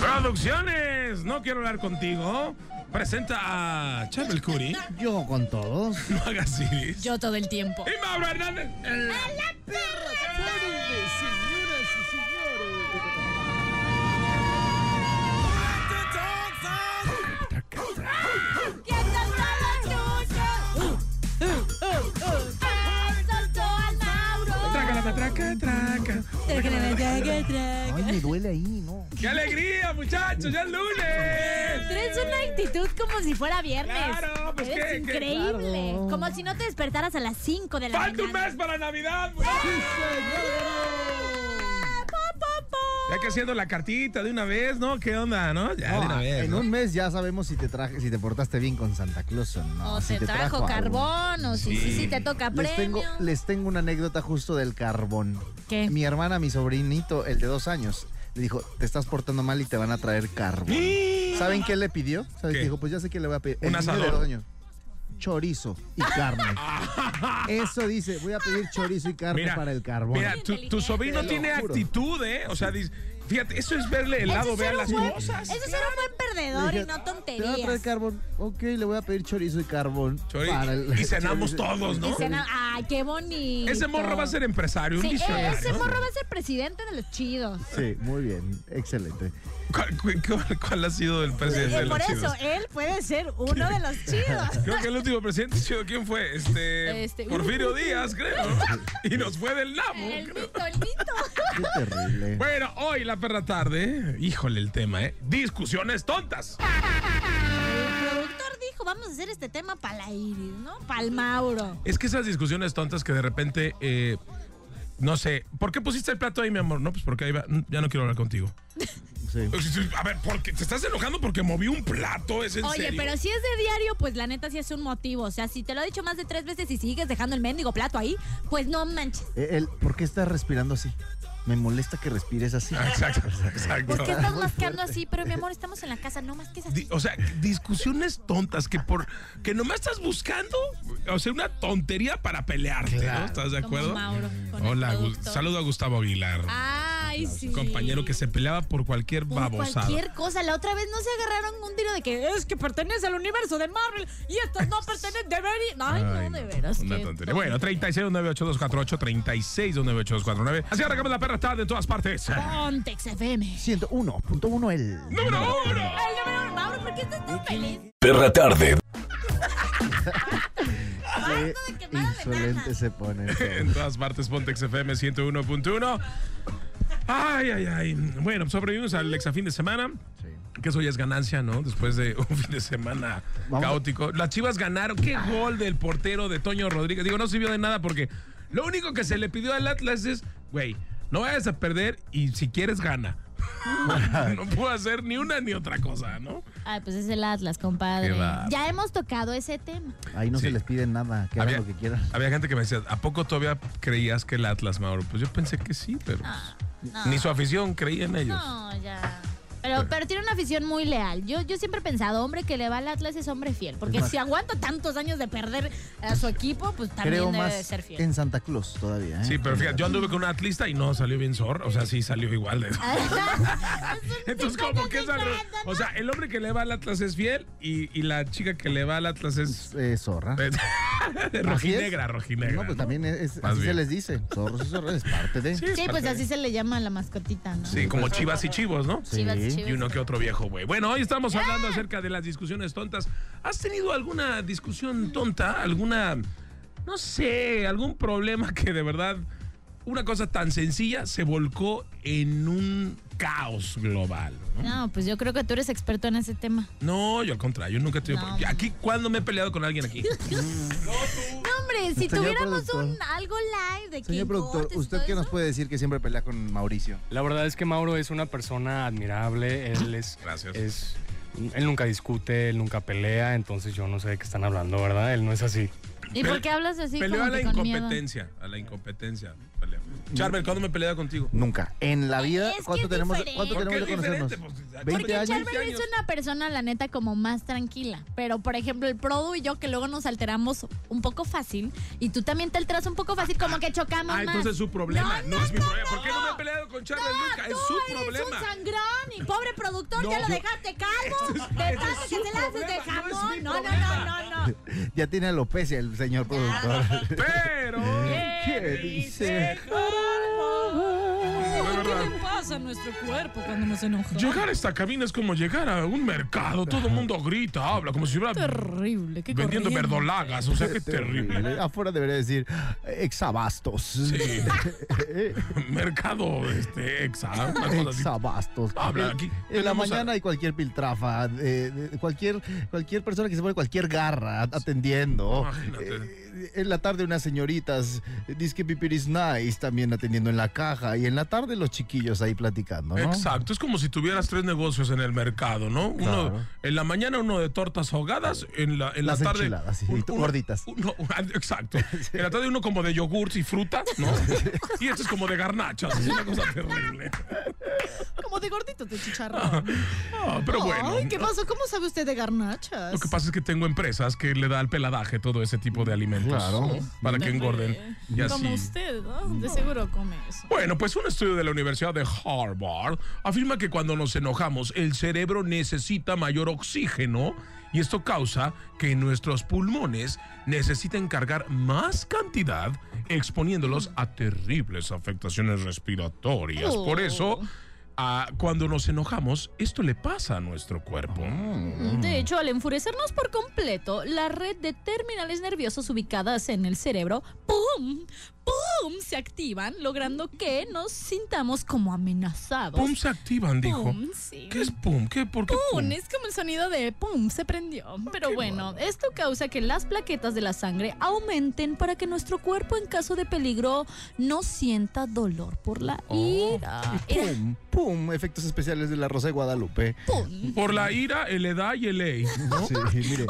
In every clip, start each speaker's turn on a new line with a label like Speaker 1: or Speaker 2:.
Speaker 1: Producciones, no quiero hablar contigo. Presenta a Charbel Curry.
Speaker 2: Yo con todos.
Speaker 1: No hagas iris.
Speaker 3: Yo todo el tiempo.
Speaker 1: Y Mauro Hernández.
Speaker 3: Oh,
Speaker 1: Traca, la traca, traca.
Speaker 2: Ay, me duele ahí, ¿no?
Speaker 1: ¡Qué alegría, muchachos! ¡Ya es lunes!
Speaker 3: Traes una actitud como si fuera viernes.
Speaker 1: Claro, pues,
Speaker 3: Eres
Speaker 1: ¿qué? ¿Qué?
Speaker 3: increíble.
Speaker 2: Claro.
Speaker 3: Como si no te despertaras a las 5 de la
Speaker 1: ¡Falta un
Speaker 3: mañana.
Speaker 1: mes para Navidad, muchachos! Ya que haciendo la cartita de una vez, ¿no? ¿Qué onda, no? Ya de una
Speaker 2: No,
Speaker 1: vez.
Speaker 2: en
Speaker 1: ¿no?
Speaker 2: un mes ya sabemos si te traje, si te portaste bien con Santa Claus o no.
Speaker 3: O
Speaker 2: si
Speaker 3: te trajo
Speaker 2: algo.
Speaker 3: carbón, o si sí, sí, te toca
Speaker 2: Les tengo,
Speaker 3: premio.
Speaker 2: les tengo una anécdota justo del carbón.
Speaker 3: ¿Qué?
Speaker 2: Mi hermana, mi sobrinito, el de dos años, le dijo, te estás portando mal y te van a traer carbón. ¿Saben qué le pidió? ¿Sabes?
Speaker 1: ¿Qué?
Speaker 2: Dijo, pues ya sé que le voy a pedir. El
Speaker 1: Un
Speaker 2: niño
Speaker 1: asador.
Speaker 2: de dos años. Chorizo y carne. Eso dice, voy a pedir chorizo y carne para el carbón.
Speaker 1: Mira, tu, tu sobrino
Speaker 2: Te lo
Speaker 1: tiene
Speaker 2: juro.
Speaker 1: actitud, ¿eh? O sea, dice, fíjate, eso es verle el lado,
Speaker 3: Eso
Speaker 1: vean
Speaker 3: era
Speaker 1: las
Speaker 3: un buen-
Speaker 1: cosas.
Speaker 3: Eso era un buen perdedor
Speaker 2: Le
Speaker 3: y
Speaker 2: dije, "Ah,
Speaker 3: no
Speaker 2: Te voy a traer
Speaker 3: tonterías.
Speaker 2: carbón. Ok, le voy a pedir chorizo y carbón.
Speaker 1: Chori-
Speaker 2: para el-
Speaker 1: y cenamos
Speaker 2: chorizo.
Speaker 1: todos, ¿no?
Speaker 3: Y cena- Ay, qué bonito.
Speaker 1: Ese morro va a ser empresario, un
Speaker 3: Sí, e-
Speaker 1: visionario.
Speaker 3: ese morro va a ser presidente de los chidos.
Speaker 2: Sí, muy bien. Excelente.
Speaker 1: ¿Cuál, cu- cuál- cuál ha sido el presidente
Speaker 3: Eh,
Speaker 1: de los
Speaker 3: por eso,
Speaker 1: chidos?
Speaker 3: él puede ser uno de los chidos.
Speaker 1: Creo que el último presidente chido, ¿quién fue? Este,
Speaker 3: Este,
Speaker 1: Porfirio Díaz, creo. Y nos fue del Nabo,
Speaker 3: El
Speaker 1: creo.
Speaker 3: mito, el mito.
Speaker 2: Qué terrible.
Speaker 1: Bueno, hoy la perra tarde, híjole el tema, ¿eh? Discusiones tontas.
Speaker 3: El productor dijo, vamos a hacer este tema para la Iris, ¿no? Para el Mauro.
Speaker 1: Es que esas discusiones tontas que de repente, eh, no sé, ¿por qué pusiste el plato ahí, mi amor? No, pues porque ahí va, ya no quiero hablar contigo.
Speaker 2: Sí.
Speaker 1: A ver, ¿por qué? ¿te estás enojando porque moví un plato? ¿Es en
Speaker 3: Oye,
Speaker 1: serio?
Speaker 3: pero si es de diario, pues la neta sí es un motivo. O sea, si te lo he dicho más de tres veces y sigues dejando el mendigo plato ahí, pues no manches.
Speaker 2: Eh, él, ¿Por qué estás respirando así? Me molesta que respires así.
Speaker 1: Ah, Exacto, exacto.
Speaker 3: ¿Por qué estás mascando así? Pero mi amor, estamos en la casa, no más que es
Speaker 1: Di-
Speaker 3: así.
Speaker 1: O sea, discusiones tontas que por que nomás estás buscando, o sea, una tontería para pelearte, ¿no? ¿Estás de
Speaker 3: Como
Speaker 1: acuerdo?
Speaker 3: Mauro, con el
Speaker 1: Hola, Gu-
Speaker 3: productor.
Speaker 1: saludo a Gustavo Aguilar,
Speaker 3: Ay, sí.
Speaker 1: compañero que se peleaba por cualquier
Speaker 3: Por
Speaker 1: babosada.
Speaker 3: cualquier cosa. La otra vez no se agarraron un tiro de que es que pertenece al universo de Marvel y estas no pertenecen de Berry. Ay,
Speaker 1: Ay,
Speaker 3: no, de veras.
Speaker 1: Una
Speaker 3: qué
Speaker 1: tontería. Bueno, 36298248, 36298249. Así arrancamos la perra tarde en todas partes.
Speaker 3: Pontex FM.
Speaker 2: 101.1 el.
Speaker 1: Número uno.
Speaker 3: El número uno, Mauro, ¿por qué estás tan feliz?
Speaker 4: Perra Tarde.
Speaker 2: Qué
Speaker 3: de quemada de
Speaker 2: insolente se pone.
Speaker 1: En todas partes, Pontex FM 101.1. Ay, ay, ay. Bueno, sobrevivimos al exafín de semana.
Speaker 2: Sí.
Speaker 1: Que eso ya es ganancia, ¿no? Después de un fin de semana
Speaker 2: Vamos.
Speaker 1: caótico. Las chivas ganaron. Qué gol del portero de Toño Rodríguez. Digo, no sirvió de nada porque lo único que se le pidió al Atlas es, güey, no vayas a perder y si quieres gana. no puedo hacer ni una ni otra cosa, ¿no?
Speaker 3: Ay, pues es el Atlas,
Speaker 1: Qué
Speaker 3: compadre.
Speaker 1: bárbaro.
Speaker 3: Ya hemos tocado ese tema.
Speaker 2: Ahí no
Speaker 1: Sí.
Speaker 2: se les pide nada. Que hagan lo que quieran.
Speaker 1: había gente que me decía, ¿a poco todavía creías que el Atlas, Mauro? Pues yo pensé que sí, pero pues,
Speaker 3: no.
Speaker 1: ni su afición creía en ellos.
Speaker 3: No, ya. Pero, pero tiene una afición muy leal. Yo, yo siempre he pensado, hombre que le va al Atlas es hombre fiel. Porque
Speaker 2: Es más-
Speaker 3: si aguanta tantos años de perder a su equipo, pues también
Speaker 2: Creo
Speaker 3: debe
Speaker 2: más
Speaker 3: de ser fiel.
Speaker 2: en Santa Claus todavía. ¿eh?
Speaker 1: Sí, pero fíjate, yo anduve con un atlista y no salió bien zorra. O sea, sí salió igual de.
Speaker 3: Ah,
Speaker 1: Entonces, como que es al revés. O sea, el hombre que le va al Atlas es fiel y, y la chica que le va al Atlas es.
Speaker 2: Eh, zorra.
Speaker 1: es-
Speaker 2: Así es.
Speaker 1: rojinegra, rojinegra.
Speaker 2: No, pues también es,
Speaker 1: Más
Speaker 2: así
Speaker 1: bien.
Speaker 2: se les dice. Zorros y zorras es parte de.
Speaker 1: es
Speaker 3: Sí,
Speaker 1: parte
Speaker 3: pues
Speaker 1: de-
Speaker 3: así se le llama a la mascotita, ¿no?
Speaker 1: Sí,
Speaker 2: Pues,
Speaker 1: como chivas y chivos, ¿no?
Speaker 2: Sí.
Speaker 3: Chivas, chivas.
Speaker 1: Y uno que otro viejo, güey. Bueno, hoy estamos hablando acerca de las discusiones tontas. ¿Has tenido alguna discusión tonta? ¿Alguna, no sé, algún problema que de verdad una cosa tan sencilla se volcó en un caos global. ¿no?
Speaker 3: No, pues yo creo que tú eres experto en ese tema.
Speaker 1: No, yo al contrario, nunca estoy.
Speaker 3: No.
Speaker 1: Aquí, ¿cuándo me he peleado con alguien aquí?
Speaker 3: No, hombre, si
Speaker 2: Señor
Speaker 3: tuviéramos
Speaker 2: productor.
Speaker 3: un algo live de que
Speaker 2: Señor productor,
Speaker 3: cortes y
Speaker 2: ¿usted
Speaker 3: todo
Speaker 2: qué nos
Speaker 3: eso?
Speaker 2: puede decir que siempre pelea con Mauricio?
Speaker 5: La verdad es que Mauro es una persona admirable. Él es.
Speaker 1: Gracias.
Speaker 5: es- él nunca discute, él nunca pelea, entonces yo no sé de qué están hablando, ¿verdad? Él no es así.
Speaker 3: ¿Y por qué hablas así
Speaker 1: Peleó
Speaker 3: como
Speaker 1: a la
Speaker 3: que con miedo?
Speaker 1: incompetencia, a la incompetencia. peleo. Charbel, ¿cuándo me he peleado contigo?
Speaker 2: Nunca. En la vida,
Speaker 3: Es que
Speaker 2: ¿cuánto
Speaker 3: es
Speaker 2: tenemos,
Speaker 3: diferente.
Speaker 2: ¿cuánto
Speaker 1: ¿Por qué
Speaker 2: tenemos de
Speaker 1: es
Speaker 2: conocernos?
Speaker 1: diferente? Pues,
Speaker 3: Porque
Speaker 2: 20 años.
Speaker 3: Charbel es una persona, la neta, como más tranquila. Pero, por ejemplo, el Produ y yo, que luego nos alteramos un poco fácil, y tú también te alteras un poco fácil, como que chocamos
Speaker 1: Ah,
Speaker 3: más.
Speaker 1: entonces es su problema, no,
Speaker 3: No,
Speaker 1: es mi
Speaker 3: no,
Speaker 1: problema.
Speaker 3: no.
Speaker 1: ¿Por qué no me he peleado con Charbel
Speaker 3: No,
Speaker 1: nunca? Es
Speaker 3: ¡Ah,
Speaker 1: su
Speaker 3: tú eres
Speaker 1: problema.
Speaker 3: un sangrón y pobre productor,
Speaker 1: No,
Speaker 3: ya lo
Speaker 1: yo-
Speaker 3: dejaste calvo.
Speaker 1: Este es-
Speaker 3: Te
Speaker 1: este
Speaker 3: pasa
Speaker 1: es
Speaker 3: que
Speaker 1: su
Speaker 3: te la haces de
Speaker 1: problema, no es mi
Speaker 3: jamón. No, no,
Speaker 1: problema.
Speaker 3: no, no, no.
Speaker 2: Ya tiene alopecia el señor productor.
Speaker 1: Pero.
Speaker 2: ¿Qué dice?
Speaker 6: ¿Qué le pasa a nuestro cuerpo cuando nos enojamos?
Speaker 1: Llegar a esta cabina es como llegar a un mercado. Todo el mundo grita, habla, como si hubiera
Speaker 6: Terrible, qué
Speaker 1: vendiendo
Speaker 6: corriente.
Speaker 1: verdolagas. O sea, qué terrible.
Speaker 2: Terrible. Afuera debería decir exabastos.
Speaker 1: Sí. mercado este, exa, una cosa así. Ah,
Speaker 2: Exabastos.
Speaker 1: Habla
Speaker 2: Eh,
Speaker 1: aquí.
Speaker 2: En la
Speaker 1: Tenemos a-
Speaker 2: mañana hay cualquier piltrafa, eh, de- cualquier, cualquier persona que se pone cualquier garra at- atendiendo.
Speaker 1: Imagínate.
Speaker 2: Eh, en la tarde unas señoritas, dice que Pipiris Nice también atendiendo en la caja. Y en la tarde los chiquillos ahí platicando, ¿no?
Speaker 1: Exacto, es como si tuvieras tres negocios en el mercado, ¿no? Uno,
Speaker 2: Claro.
Speaker 1: En la mañana uno de tortas ahogadas, en la, en la
Speaker 2: Las
Speaker 1: tarde...
Speaker 2: enchiladas, sí,
Speaker 1: un- uno-
Speaker 2: gorditas.
Speaker 1: uno- exacto. En la tarde uno como de yogurts y fruta, ¿no? Y este es como de garnachas, es una cosa terrible.
Speaker 6: Como de gordito de chicharrón.
Speaker 1: Ah, pero bueno,
Speaker 6: Ay, ¿qué pasó? ¿Cómo sabe usted de garnachas?
Speaker 1: lo que pasa es que tengo empresas que le da al peladaje todo ese tipo de alimentos.
Speaker 2: Claro.
Speaker 1: ¿no? Para que engorden. Y así.
Speaker 6: Como usted, ¿no? De seguro come eso.
Speaker 1: Bueno, pues un estudio de la Universidad de Harvard afirma que cuando nos enojamos el cerebro necesita mayor oxígeno y esto causa que nuestros pulmones necesiten cargar más cantidad exponiéndolos a terribles afectaciones respiratorias.
Speaker 6: Oh.
Speaker 1: Por eso, ah, cuando nos enojamos, esto le pasa a nuestro cuerpo. Mm.
Speaker 6: De hecho, al enfurecernos por completo, la red de terminales nerviosos ubicadas en el cerebro, ¡pum! ¡pum! se activan, logrando que nos sintamos como amenazados.
Speaker 1: Pum, se activan, dijo.
Speaker 6: ¡Pum! Sí.
Speaker 1: ¿Qué es pum? ¿Qué? ¿Por qué
Speaker 6: ¡Pum!
Speaker 1: pum?
Speaker 6: Es como el sonido de ¡pum! Se prendió. Pero bueno, esto causa que las plaquetas de la sangre aumenten para que nuestro cuerpo en caso de peligro no sienta dolor por la
Speaker 1: Oh.
Speaker 6: ira. Era
Speaker 2: Pum, pum, efectos especiales de la Rosa de Guadalupe.
Speaker 6: ¡pum!
Speaker 1: Por la ira, el edad y el ley.
Speaker 2: Sí, mire,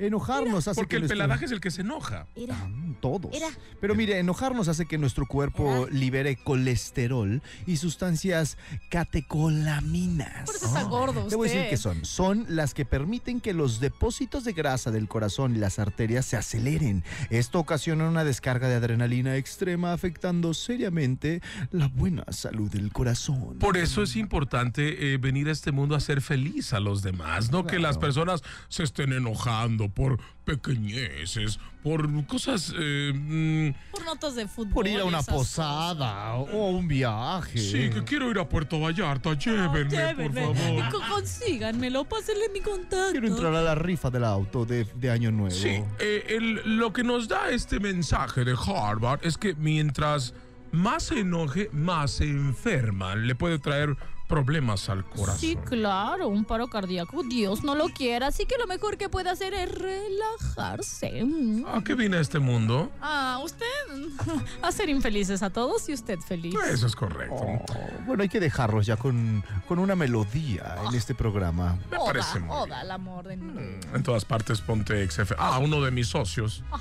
Speaker 2: enojarnos hace
Speaker 1: Porque
Speaker 2: que
Speaker 1: el
Speaker 2: nuestro-
Speaker 1: peladaje es el que se enoja.
Speaker 3: Era.
Speaker 2: Mm, Todos.
Speaker 3: Era.
Speaker 2: Pero mire, enojarnos hace que nuestro cuerpo libere colesterol y sustancias catecolaminas.
Speaker 6: Por eso está gordo
Speaker 2: Te voy a decir
Speaker 6: usted.
Speaker 2: qué son. Son las que permiten que los depósitos de grasa del corazón y las arterias se aceleren. Esto ocasiona una descarga de adrenalina extrema afectando seriamente la buena salud del corazón.
Speaker 1: Por eso es importante eh, venir a este mundo a ser feliz a los demás, no que las personas se estén enojando por pequeñeces, por cosas... eh, mm,
Speaker 6: Por notas de fútbol.
Speaker 2: Por ir a una
Speaker 6: esas
Speaker 2: posada o a un viaje.
Speaker 1: sí, que quiero ir a Puerto Vallarta, llévenme,
Speaker 6: Llévenme.
Speaker 1: por favor.
Speaker 6: Co- Consíganmelo, pásenle mi contacto.
Speaker 2: Quiero entrar a la rifa del auto de, de Año Nuevo.
Speaker 1: Sí, eh, el- lo que nos da este mensaje de Harvard es que mientras más se enoje, más se enferma, le puede traer problemas al corazón.
Speaker 6: Sí, claro, un paro cardíaco. Dios no lo quiera, así que lo mejor que puede hacer es relajarse. Mm.
Speaker 1: ¿A qué viene este mundo?
Speaker 6: Ah, usted a ser infelices a todos y usted feliz.
Speaker 1: Eso es correcto.
Speaker 6: Oh.
Speaker 2: Bueno, hay que dejarlos ya con, con una melodía
Speaker 3: Ah.
Speaker 2: en este programa.
Speaker 1: Me
Speaker 6: Oda,
Speaker 1: parece muy Mm.
Speaker 6: oda, el amor de
Speaker 1: bien. En todas partes ponte XF. Ah, uno de mis socios.
Speaker 2: Ah.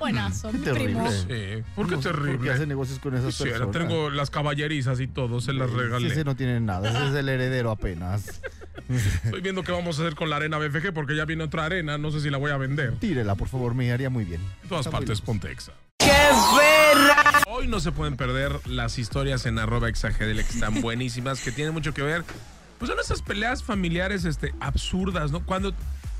Speaker 6: Buenazo, mi primo.
Speaker 2: terrible.
Speaker 1: Sí, ¿por qué
Speaker 2: No sé por qué
Speaker 1: terrible?
Speaker 2: hace negocios con esas
Speaker 1: Quisiera,
Speaker 2: personas.
Speaker 1: tengo las caballerizas y todo, se las
Speaker 2: Sí,
Speaker 1: regalé.
Speaker 2: Ese no tiene nada, ese es el heredero apenas.
Speaker 1: Estoy viendo qué vamos a hacer con la arena BFG porque ya viene otra arena, no sé si la voy a vender.
Speaker 2: Tírela, por favor, me haría muy bien.
Speaker 1: En todas
Speaker 2: Está muy
Speaker 1: partes
Speaker 2: lejos.
Speaker 1: ponte exa. ¡Qué verra! Hoy no se pueden perder las historias en arroba exagedele que están buenísimas, que tienen mucho que ver. Pues son esas peleas familiares este, absurdas, ¿no? Cuando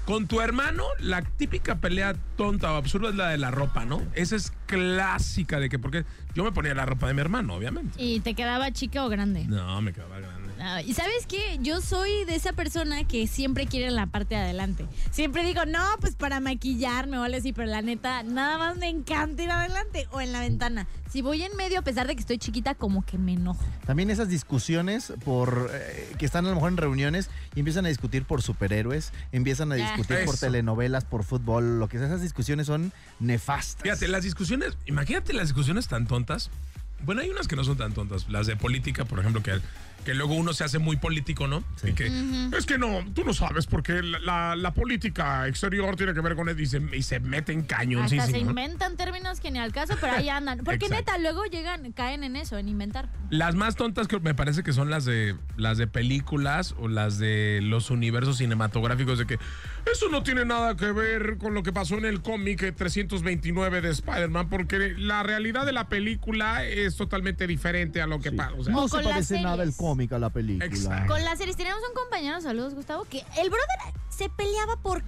Speaker 1: con tu hermano, la típica pelea tonta o absurda es la de la ropa, ¿no? Esa es clásica de que, porque yo me ponía la ropa de mi hermano, obviamente.
Speaker 3: ¿Y te quedaba chica o grande?
Speaker 1: No, me quedaba grande.
Speaker 3: Ah, y sabes qué, yo soy de esa persona que siempre quiere la parte de adelante. Siempre digo, no, pues para maquillarme o algo así, pero la neta, nada más me encanta ir adelante o en la ventana. Si voy en medio, a pesar de que estoy chiquita, como que me enojo.
Speaker 2: También esas discusiones por eh, que están a lo mejor en reuniones y empiezan a discutir por superhéroes, empiezan
Speaker 3: Ah.
Speaker 2: a discutir por
Speaker 1: Eso.
Speaker 2: telenovelas, por fútbol, lo que sea. Esas discusiones son nefastas.
Speaker 1: Fíjate, las discusiones, imagínate las discusiones tan tontas. Bueno, hay unas que no son tan tontas. Las de política, por ejemplo, que, que luego uno se hace muy político, ¿no?
Speaker 2: Sí.
Speaker 1: Y que, Es que no, tú no sabes, porque la, la- la política exterior tiene que ver con él y se, y se mete en cañón.
Speaker 3: Hasta se inventan términos que ni al caso, pero ahí andan. Porque
Speaker 1: Exacto.
Speaker 3: neta, luego llegan, caen en eso, en inventar.
Speaker 1: Las más tontas que me parece que son las de las de películas o las de los universos cinematográficos de que eso no tiene nada que ver con lo que pasó en el cómic 329 de Spider-Man porque la realidad de la película es totalmente diferente a lo que pasa. o sea,
Speaker 2: no
Speaker 3: O
Speaker 2: se
Speaker 3: con las
Speaker 2: parece nada el
Speaker 3: series.
Speaker 2: cómic a la película.
Speaker 1: Exacto.
Speaker 3: Con las series tenemos un compañero, saludos Gustavo, que el brother se peleaba por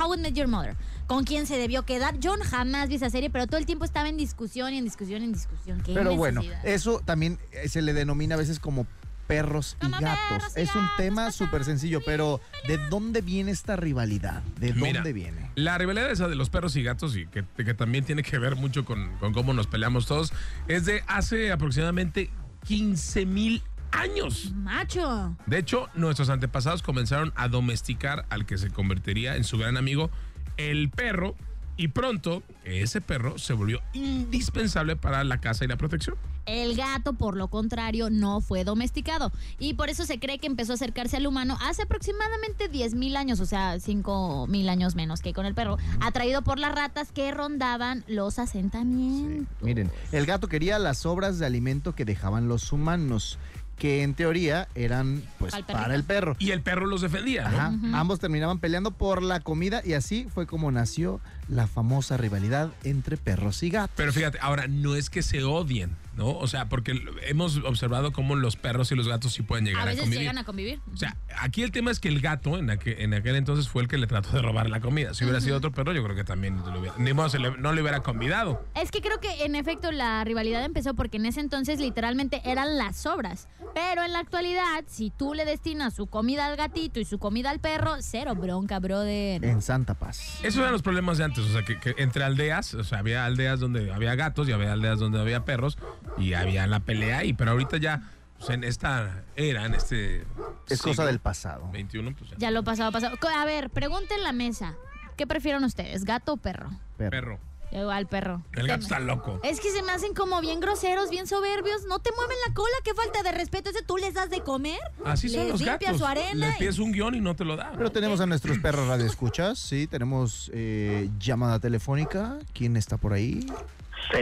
Speaker 3: How I Met Your Mother, con quién se debió quedar. Yo jamás vi esa serie, pero todo el tiempo estaba en discusión y en discusión y en discusión. ¿Qué
Speaker 2: Pero bueno,
Speaker 3: necesidad?
Speaker 2: eso también eh, se le denomina a veces como perros y
Speaker 3: Como
Speaker 2: gatos.
Speaker 3: perros y
Speaker 2: Es un
Speaker 3: gatos,
Speaker 2: tema
Speaker 3: pasamos
Speaker 2: súper sencillo, pero ¿de dónde viene esta rivalidad? ¿De
Speaker 1: Mira,
Speaker 2: dónde viene?
Speaker 1: La rivalidad esa de los perros y gatos, y que, que también tiene que ver mucho con, con cómo nos peleamos todos, es de hace aproximadamente 15 mil años.
Speaker 3: Macho.
Speaker 1: De hecho, nuestros antepasados comenzaron a domesticar al que se convertiría en su gran amigo, el perro, y pronto ese perro se volvió indispensable para la casa y la protección.
Speaker 3: El gato, por lo contrario, no fue domesticado y por eso se cree que empezó a acercarse al humano hace aproximadamente 10.000 años, o sea, 5.000 años menos que con el perro, atraído por las ratas que rondaban los asentamientos.
Speaker 2: Miren, el gato quería las obras de alimento que dejaban los humanos, que en teoría eran pues
Speaker 3: Pa'l
Speaker 2: para el perro.
Speaker 1: Y el perro los defendía, ¿no?
Speaker 2: Ajá, Ambos terminaban peleando por la comida y así fue como nació la famosa rivalidad entre perros y gatos.
Speaker 1: Pero fíjate, ahora no es que se odien, ¿no? O sea, porque hemos observado cómo los perros y los gatos sí pueden llegar
Speaker 3: A
Speaker 1: a,
Speaker 3: veces
Speaker 1: convivir.
Speaker 3: llegan a convivir.
Speaker 1: O sea, aquí el tema es que el gato en aquel, en aquel entonces fue el que le trató de robar la comida. Si hubiera sido otro perro, yo creo que también lo hubiera- ni modo, se le- no le hubiera convidado.
Speaker 3: Es que creo que en efecto la rivalidad empezó porque en ese entonces literalmente eran las obras. Pero en la actualidad, si tú le destinas su comida al gatito y su comida al perro, cero bronca, brother.
Speaker 2: En Santa Paz.
Speaker 1: Esos eran los problemas de antes, o sea, que, que entre aldeas, o sea, había aldeas donde había gatos y había aldeas donde había perros y había la pelea ahí, pero ahorita ya, pues, en esta era, en este...
Speaker 2: Es cosa
Speaker 1: siglo
Speaker 2: del pasado.
Speaker 1: 21, pues ya.
Speaker 3: Ya lo pasado, pasado. Co- A ver, pregunten la mesa. ¿Qué prefieren ustedes, gato o perro?
Speaker 2: Perro.
Speaker 1: Perro.
Speaker 3: Yo Igual, perro.
Speaker 1: El gato está loco.
Speaker 3: Es que se me hacen como bien groseros, bien soberbios. No te mueven la cola, qué falta de respeto. Ese tú les das de comer.
Speaker 1: Así son
Speaker 3: les
Speaker 1: los
Speaker 3: limpias
Speaker 1: gatos.
Speaker 3: su arena.
Speaker 1: Les
Speaker 3: y-
Speaker 1: pides un guión y no te lo dan.
Speaker 2: Pero tenemos a nuestros perros radioescuchas, sí, tenemos eh, llamada telefónica. ¿Quién está por ahí?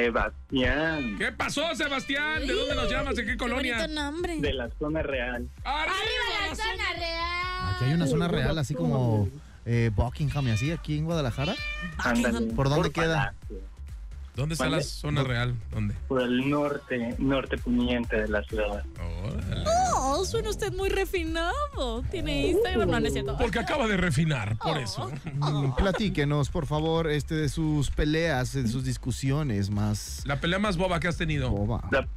Speaker 7: Sebastián,
Speaker 1: ¿Qué pasó, Sebastián? ¿De dónde nos llamas? ¿De qué colonia?
Speaker 3: Bonito nombre.
Speaker 7: de la zona real.
Speaker 3: Arriba la zona real.
Speaker 2: Aquí hay una zona real así como eh, Buckingham y así, aquí en Guadalajara.
Speaker 3: Ah,
Speaker 7: Ándale.
Speaker 2: Ah, ¿Por dónde queda?
Speaker 7: Palacio,
Speaker 1: ¿Dónde está
Speaker 7: ¿Vale?
Speaker 1: la zona real? ¿Dónde?
Speaker 7: por el norte, norte poniente de la ciudad.
Speaker 1: Órale.
Speaker 6: Oh, suena usted muy refinado.
Speaker 7: Uh.
Speaker 6: Tiene Instagram, no, no es cierto.
Speaker 1: Porque acaba de refinar,
Speaker 3: Oh.
Speaker 1: por eso.
Speaker 2: Mm, Platíquenos, por favor, este de sus peleas, de sus discusiones más
Speaker 1: La pelea más boba que has tenido.
Speaker 2: boba.
Speaker 7: La,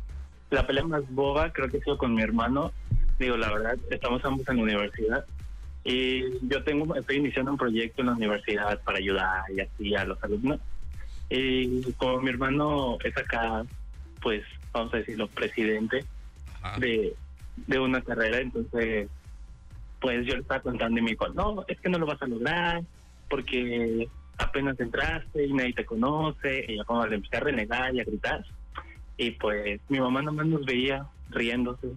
Speaker 7: la pelea más boba creo que ha sido con mi hermano. Digo, la verdad, estamos ambos en la universidad. Y yo tengo, estoy iniciando un proyecto en la universidad para ayudar y así a los alumnos. Y como mi hermano es acá, pues, vamos a decirlo, presidente,
Speaker 1: Ajá.
Speaker 7: de, de una carrera, entonces pues yo le estaba contando y me dijo, no, es que no lo vas a lograr porque apenas entraste y nadie te conoce, y yo como le empecé a renegar y a gritar, y pues mi mamá nomás nos veía riéndose,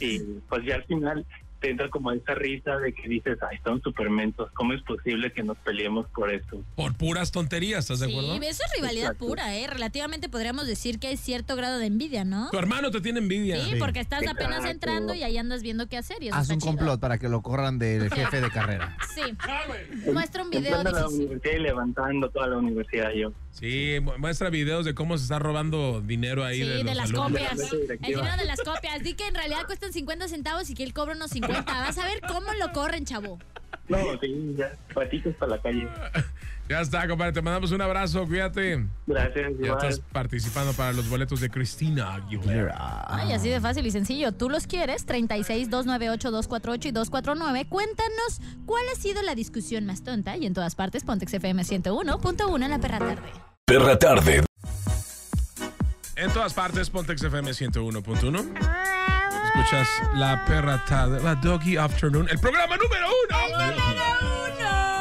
Speaker 7: y pues ya al final te entra como esa risa de que dices, ay, son supermentos, ¿cómo es posible que nos peleemos por esto?
Speaker 1: Por puras tonterías, ¿estás de acuerdo?
Speaker 3: Sí, eso es rivalidad
Speaker 7: Exacto.
Speaker 3: pura, ¿eh? Relativamente podríamos decir que hay cierto grado de envidia, ¿no?
Speaker 1: Tu hermano te tiene envidia.
Speaker 3: Sí, porque estás apenas
Speaker 7: Exacto.
Speaker 3: entrando y ahí andas viendo qué hacer. Y eso
Speaker 2: Haz
Speaker 3: está
Speaker 2: un
Speaker 3: chido.
Speaker 2: complot para que lo corran del jefe de carrera.
Speaker 3: Sí,
Speaker 1: ¡Sabe!
Speaker 3: muestra un video
Speaker 7: Entrando a la
Speaker 3: difícil.
Speaker 7: universidad y levantando toda la universidad yo.
Speaker 1: Sí, mu- muestra videos de cómo se está robando dinero ahí.
Speaker 3: Sí, de,
Speaker 1: los
Speaker 3: las
Speaker 1: alumnos.
Speaker 3: copias.
Speaker 7: De la mesa
Speaker 3: El
Speaker 7: directiva.
Speaker 3: dinero de las copias. Di que en realidad cuestan 50 centavos y que él cobra unos 50. Vas a ver cómo lo corren, chavo.
Speaker 7: No, sí, ya, patitos para la calle.
Speaker 1: Ya está, compadre. Te mandamos un abrazo. Cuídate.
Speaker 8: Gracias,
Speaker 1: Ya
Speaker 8: igual.
Speaker 1: estás participando para los boletos de Cristina Aguilera.
Speaker 3: Ay, así de fácil y sencillo. Tú los quieres, 36-298-248 y 249. Cuéntanos cuál ha sido la discusión más tonta y en todas partes Pontex FM 101.1 en la perra tarde.
Speaker 9: Perra tarde.
Speaker 1: En todas partes, Pontex FM 101.1. Escuchas la perra tarde, la Doggy Afternoon, el programa número uno.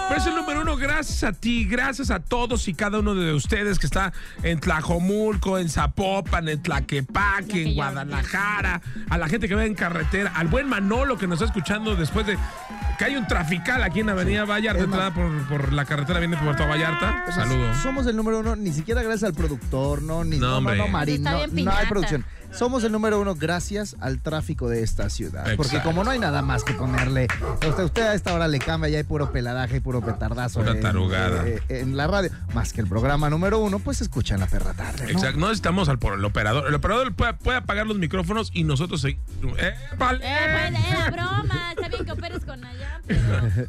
Speaker 1: Pero es el número uno, gracias a ti, gracias a todos y cada uno de ustedes que está en Tlajomulco, en Zapopan, en Tlaquepaque, en Guadalajara, a la gente que va en carretera, al buen Manolo que nos está escuchando después de que hay un trafical aquí en Avenida Vallarta,
Speaker 2: Es más-
Speaker 1: entrada por, por la carretera viene por Puerto Vallarta.
Speaker 2: Pues Es más,
Speaker 1: Saludos.
Speaker 2: Somos el número uno, ni siquiera gracias al productor, no, ni
Speaker 1: No,
Speaker 2: no, no,
Speaker 1: hombre.
Speaker 2: no, Marín,
Speaker 3: Está
Speaker 2: no,
Speaker 3: bien
Speaker 2: no hay
Speaker 3: piñata.
Speaker 2: producción. Somos el número uno gracias al tráfico de esta ciudad. Porque
Speaker 1: Exacto.
Speaker 2: como no hay nada más que ponerle, usted, usted a esta hora le cambia, ya hay puro peladaje y puro petardazo.
Speaker 1: Pura
Speaker 2: en-
Speaker 1: tarugada.
Speaker 2: eh, En, la radio. Más que el programa número uno, pues escuchan la perra tarde. ¿no?
Speaker 1: Exacto, no necesitamos al por el operador. El operador puede, puede apagar los micrófonos y nosotros seguimos. ¡Eh, vale!
Speaker 3: Eh, pues, era broma. Está bien que operes con allá, pero...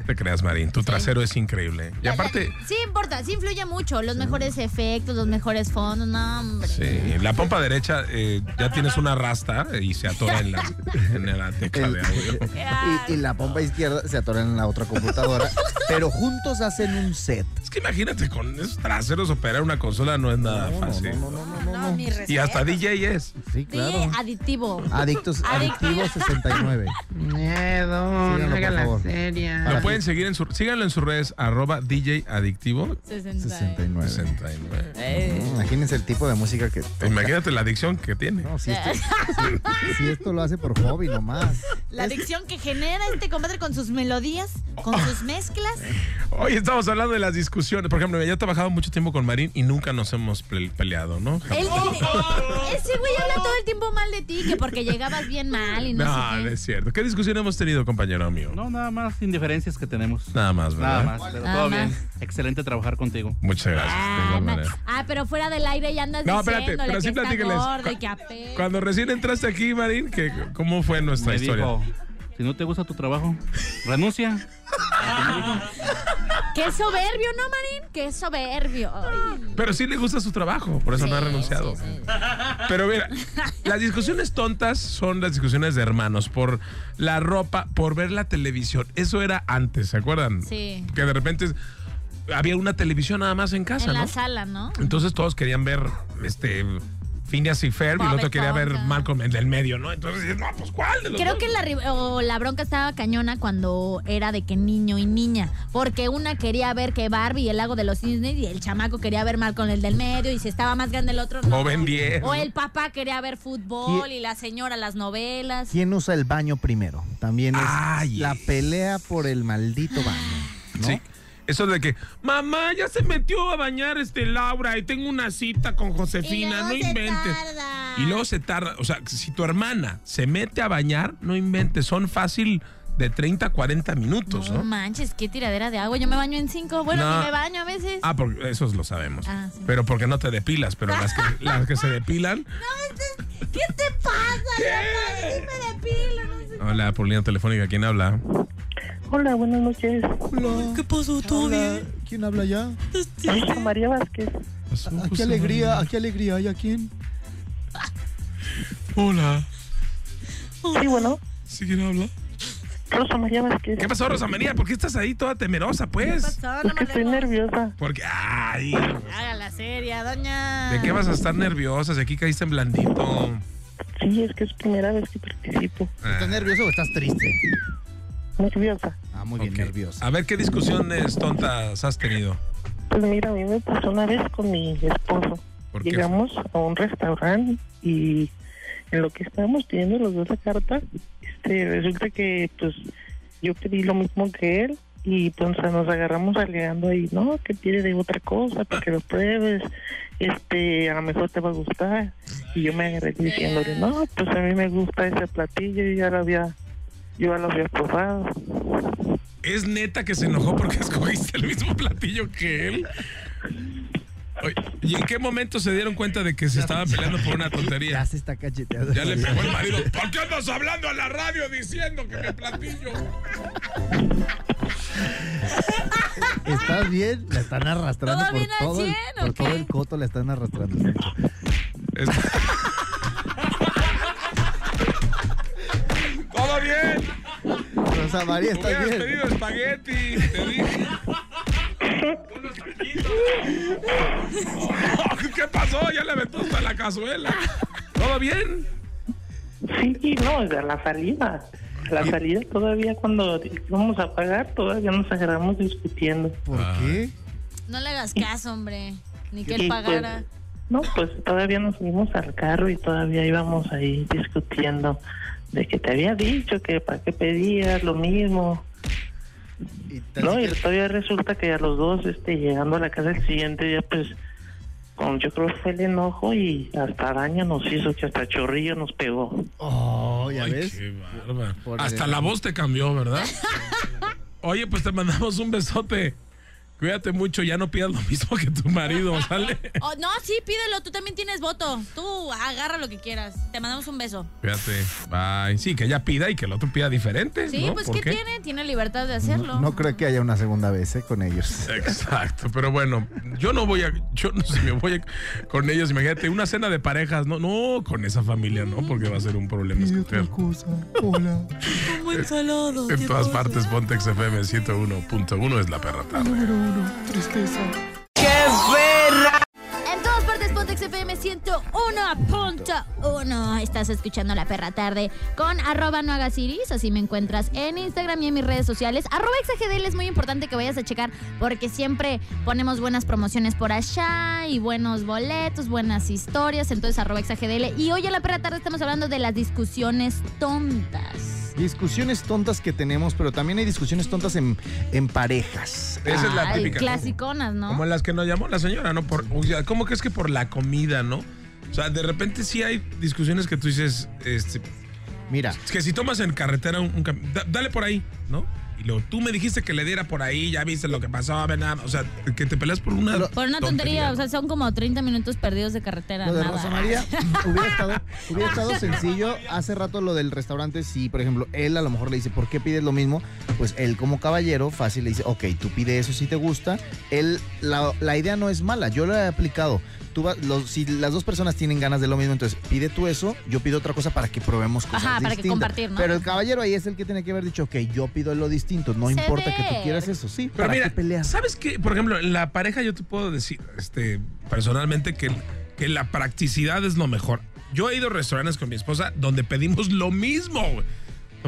Speaker 1: Te creas, Marín, tu trasero es increíble. Y
Speaker 6: La-
Speaker 1: aparte,
Speaker 6: la- sí importa, sí influye mucho. Los mejores efectos, los mejores fondos, no, hombre.
Speaker 1: sí, la pompa derecha eh, ya tienes una rasta y se atora en la, en la tecla de audio.
Speaker 2: Y, y la pompa izquierda se atora en la otra computadora, pero juntos hacen un set.
Speaker 1: Es que imagínate, con esos traseros operar una consola no es nada Ah, fácil.
Speaker 6: No, mi
Speaker 1: Y
Speaker 6: respeto.
Speaker 1: hasta DJ es.
Speaker 2: Sí,
Speaker 3: Pues Sí,
Speaker 2: claro.
Speaker 3: aditivo.
Speaker 2: Adictos, adictivo 69.
Speaker 10: Miedo,
Speaker 2: Síganlo,
Speaker 10: no
Speaker 2: por
Speaker 10: haga la
Speaker 2: favor.
Speaker 10: serie.
Speaker 1: Lo pueden seguir en su, síganlo en sus redes, arroba DJ Adictivo
Speaker 3: 69.
Speaker 2: 69.
Speaker 1: 69.
Speaker 2: Imagínense el tipo de música que. toca.
Speaker 1: Imagínate la adicción que tiene.
Speaker 2: No, si, esto, si- si esto lo hace por hobby nomás.
Speaker 6: La adicción que genera este compadre con sus melodías, con sus mezclas.
Speaker 1: Hoy estamos hablando de las discusiones. Por ejemplo, yo he trabajado mucho tiempo con Marín y nunca nos hemos ple- peleado, ¿no?
Speaker 6: Él tiene- ese güey habla todo el tiempo mal de ti, que porque llegabas bien mal y no,
Speaker 1: No,
Speaker 6: sé
Speaker 1: no
Speaker 6: qué.
Speaker 1: es cierto. ¿Qué discusión hemos tenido, compañero mío?
Speaker 11: No, nada más indiferencias que tenemos.
Speaker 1: Nada más,
Speaker 11: Nada
Speaker 1: ¿verdad?
Speaker 11: más, pero
Speaker 6: Nada
Speaker 11: todo
Speaker 6: más.
Speaker 11: bien. Excelente trabajar contigo.
Speaker 1: Muchas gracias. de
Speaker 3: Ah,
Speaker 1: igual
Speaker 3: na-
Speaker 1: manera.
Speaker 3: ah, pero fuera del aire ya andas
Speaker 1: No, espérate,
Speaker 3: diciéndole
Speaker 1: pero sí
Speaker 3: que está
Speaker 1: platíquenles.
Speaker 3: gordo y que apesta.
Speaker 1: Cuando recién entraste aquí, Marín, ¿qué, ¿cómo fue nuestra
Speaker 11: Me
Speaker 1: historia?
Speaker 11: dijo, si no te gusta tu trabajo, renuncia.
Speaker 3: Qué soberbio, ¿no, Marín? Qué soberbio. Ay.
Speaker 1: Pero sí le gusta su trabajo, por eso no ha renunciado. Pero mira, las discusiones tontas son las discusiones de hermanos, por la ropa, por ver la televisión. Eso era antes, ¿se acuerdan?
Speaker 3: Sí.
Speaker 1: Que de repente había una televisión nada más en casa,
Speaker 3: En
Speaker 1: ¿no?
Speaker 3: la sala, ¿no?
Speaker 1: Entonces todos querían ver este Phineas y Ferb y el
Speaker 3: Bob
Speaker 1: otro quería ver
Speaker 3: Esponja.
Speaker 1: Malcolm en el medio, ¿no? Entonces dices, no, pues ¿cuál de los
Speaker 3: Creo
Speaker 1: dos?
Speaker 3: que la, ri- o la bronca estaba cañona cuando era de que niño y niña. Porque una quería ver que Barbie y el lago de los cisnes y el chamaco quería ver mal con el del medio y si estaba más grande el otro no.
Speaker 1: O Ben 10.
Speaker 3: O el papá quería ver fútbol y la señora las novelas.
Speaker 2: ¿Quién usa el baño primero? También es
Speaker 1: Ay,
Speaker 2: la
Speaker 1: es.
Speaker 2: pelea por el maldito baño. ¿no?
Speaker 1: Sí. Eso de que, mamá, ya se metió a bañar este Laura y tengo una cita con Josefina, no
Speaker 6: luego se
Speaker 1: inventes.
Speaker 6: tarda.
Speaker 1: Y luego se tarda, o sea, si tu hermana se mete a bañar, no inventes, son fácil de 30 a 40 minutos,
Speaker 3: No
Speaker 1: ¿no?
Speaker 3: manches, qué tiradera de agua. Yo me baño en cinco. Bueno,
Speaker 1: No.
Speaker 3: ni me baño a veces.
Speaker 1: Ah, porque esos lo sabemos.
Speaker 3: Ah, sí.
Speaker 1: Pero porque no te depilas, pero las que, las que se depilan.
Speaker 3: este
Speaker 6: ¿Qué te pasa? ¿Qué? me depilo, no sé.
Speaker 1: Hola, por línea telefónica, ¿quién habla?
Speaker 10: Hola, buenas noches.
Speaker 12: ¿Qué pasó, todo ¿Quién habla ya?
Speaker 10: Soy María Vázquez.
Speaker 1: Pues,
Speaker 12: ¿A Ah,
Speaker 2: pues
Speaker 12: qué alegría? ¿A qué alegría? ¿Y a quién?
Speaker 1: Hola.
Speaker 10: Sí, bueno,
Speaker 1: ¿Sí quién habla?
Speaker 10: Rosa María Vázquez.
Speaker 1: ¿Qué pasó, Rosa María? ¿Por qué estás ahí toda temerosa, pues?
Speaker 10: Es que estoy nerviosa.
Speaker 1: Porque, ay,
Speaker 6: Haga la serie, doña.
Speaker 1: ¿de qué vas a estar nerviosa si aquí caíste en blandito? Ah,
Speaker 10: Sí, es que es primera vez que participo.
Speaker 2: ¿Estás nervioso o estás triste?
Speaker 10: Nerviosa.
Speaker 2: Ah, muy bien,
Speaker 1: Ok.
Speaker 2: nervioso.
Speaker 1: A ver, ¿qué discusiones tontas has tenido?
Speaker 10: Pues mira, a mí me pasó una vez con mi esposo.
Speaker 1: ¿Por qué?
Speaker 10: Llegamos a un restaurante y en lo que estábamos pidiendo los dos la carta, este, resulta que pues yo pedí lo mismo que él y pues nos agarramos alegando ahí, no, que pide de otra cosa para que lo pruebes, este, a lo mejor te va a gustar. Y yo me agarré diciéndole, no, pues a mí me gusta ese platillo, yo ya lo había, yo ya lo había probado.
Speaker 1: ¿Es neta que se enojó porque escogiste el mismo platillo que él? Oye, ¿Y en qué momento se dieron cuenta de que se estaban peleando por una tontería?
Speaker 2: Ya se está cacheteando.
Speaker 1: Ya le pegó el marido. ¿Por qué andas hablando a la radio diciendo que mi platillo?
Speaker 13: ¿Estás bien? La están arrastrando
Speaker 6: ¿Todo
Speaker 13: por,
Speaker 6: bien al
Speaker 13: todo, el,
Speaker 6: 100 o
Speaker 13: por todo
Speaker 6: qué?
Speaker 13: el coto, la están arrastrando.
Speaker 1: ¡Todo bien!
Speaker 13: Rosa María, ¿estás
Speaker 1: Hubieras
Speaker 13: bien?
Speaker 1: pedido espagueti, te dije. Unos taquitos. ¿Qué pasó? Ya le aventó hasta la cazuela. ¿Todo bien?
Speaker 10: Sí, no, de la salida. La salida todavía cuando íbamos a pagar, todavía nos agarramos discutiendo.
Speaker 13: ¿Por qué?
Speaker 3: No le hagas caso, hombre. Ni que
Speaker 10: Y,
Speaker 3: él
Speaker 10: pues,
Speaker 3: pagara.
Speaker 10: no, pues todavía nos fuimos al carro y todavía íbamos ahí discutiendo de que te había dicho que para qué pedías lo mismo. No, y todavía resulta que a los dos, este, llegando a la casa el siguiente día, pues, con, yo creo que fue el enojo y hasta daño nos hizo, que hasta chorrillo nos pegó.
Speaker 13: Oh, ya
Speaker 1: Ay,
Speaker 13: ves.
Speaker 1: qué bárbaro.
Speaker 13: Por
Speaker 1: Hasta
Speaker 13: el-
Speaker 1: la voz te cambió, ¿verdad? Oye, pues te mandamos un besote. Cuídate mucho, ya no pidas lo mismo que tu marido, ¿sale?
Speaker 3: Oh, no, sí, pídelo. Tú también tienes voto. Tú agarra lo que quieras. Te mandamos un beso.
Speaker 1: Cuídate. Bye. Sí, que ella pida y que el otro pida diferente.
Speaker 3: Sí,
Speaker 1: ¿no?
Speaker 3: pues
Speaker 1: ¿Por
Speaker 3: ¿qué, tiene? Tiene libertad de hacerlo.
Speaker 13: No creo que haya una segunda vez eh, con ellos.
Speaker 1: Exacto, pero bueno, yo no voy a, yo no sé, me voy a- con ellos, imagínate, una cena de parejas, no, no, con esa familia, no, porque va a ser un problema. escoger.
Speaker 13: Hola.
Speaker 3: Como ensalado.
Speaker 1: En todas partes, Pontex FM 101.1 es la perra tarde.
Speaker 13: Número uno, tristeza.
Speaker 3: ¡Qué verra! En todas partes, Pontex FM 101.1. Estás escuchando La Perra Tarde con arroba no hagas iris. Así me encuentras en Instagram y en mis redes sociales. Arroba exagedel es muy importante que vayas a checar porque siempre ponemos buenas promociones por allá y buenos boletos, buenas historias. Entonces, arroba exagedel. Y hoy en La Perra Tarde estamos hablando de las discusiones tontas.
Speaker 2: Discusiones tontas que tenemos, pero también hay discusiones tontas en, en parejas.
Speaker 1: Esa es la
Speaker 3: Ay,
Speaker 1: típica.
Speaker 3: Clasiconas, ¿no?
Speaker 1: Como las que nos llamó la señora, ¿no? Por, o sea, ¿Cómo crees que por la comida, no? O sea, de repente sí hay discusiones que tú dices, este,
Speaker 2: Mira,
Speaker 1: es que si tomas en carretera un, un cam- da- dale por ahí, ¿no? Y luego tú me dijiste que le diera por ahí, ya viste lo que pasó, ven, nada, o sea, que te peleas por una
Speaker 3: Por una tontería, o sea, son como 30 minutos perdidos de carretera.
Speaker 2: Lo de
Speaker 3: nada.
Speaker 2: Rosa María hubiera estado, hubiera estado sencillo. Hace rato lo del restaurante, si por ejemplo él a lo mejor le dice, ¿por qué pides lo mismo? Pues él como caballero fácil le dice, ok, tú pide eso si te gusta. Él, la, la idea no es mala, yo lo he aplicado. Tú vas- los- si las dos personas tienen ganas de lo mismo, entonces pide tú eso, yo pido otra cosa para que probemos cosas
Speaker 3: Ajá, para que
Speaker 2: distintas.
Speaker 3: compartir, ¿no?
Speaker 2: Pero el caballero ahí es el que tiene que haber dicho, ok, yo pido lo distinto, no
Speaker 3: Se
Speaker 2: importa que tú
Speaker 3: ve.
Speaker 2: quieras eso, sí.
Speaker 1: Pero
Speaker 2: ¿para
Speaker 1: mira,
Speaker 2: qué peleas?
Speaker 1: ¿sabes qué? Por ejemplo, en la pareja yo te puedo decir este, personalmente que, que la practicidad es lo mejor. Yo he ido a restaurantes con mi esposa donde pedimos lo mismo, güey.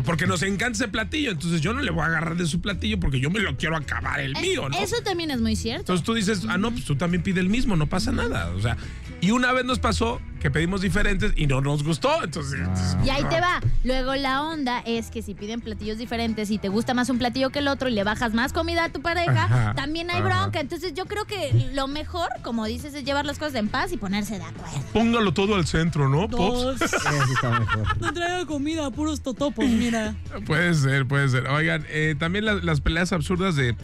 Speaker 1: Porque nos encanta ese platillo, entonces yo no le voy a agarrar de su platillo porque yo me lo quiero acabar el
Speaker 3: Es-
Speaker 1: mío, ¿no?
Speaker 3: Eso también es muy cierto.
Speaker 1: Entonces tú dices, ah, no, pues tú también pide el mismo, no pasa nada. O sea, y una vez nos pasó que pedimos diferentes y no nos gustó, entonces...
Speaker 2: Ah.
Speaker 1: ah,
Speaker 3: Y ahí te va. Luego la onda es que si piden platillos diferentes y te gusta más un platillo que el otro y le bajas más comida a tu pareja,
Speaker 1: Ajá,
Speaker 3: también hay
Speaker 1: ajá.
Speaker 3: bronca. Entonces yo creo que lo mejor, como dices, es llevar las cosas en paz y ponerse de acuerdo.
Speaker 1: Póngalo todo al centro, ¿no, Pops?
Speaker 13: Eso está mejor.
Speaker 6: No traiga comida, puros totopos, mira.
Speaker 1: Puede ser, puede ser. Oigan, eh, también las, las peleas absurdas de,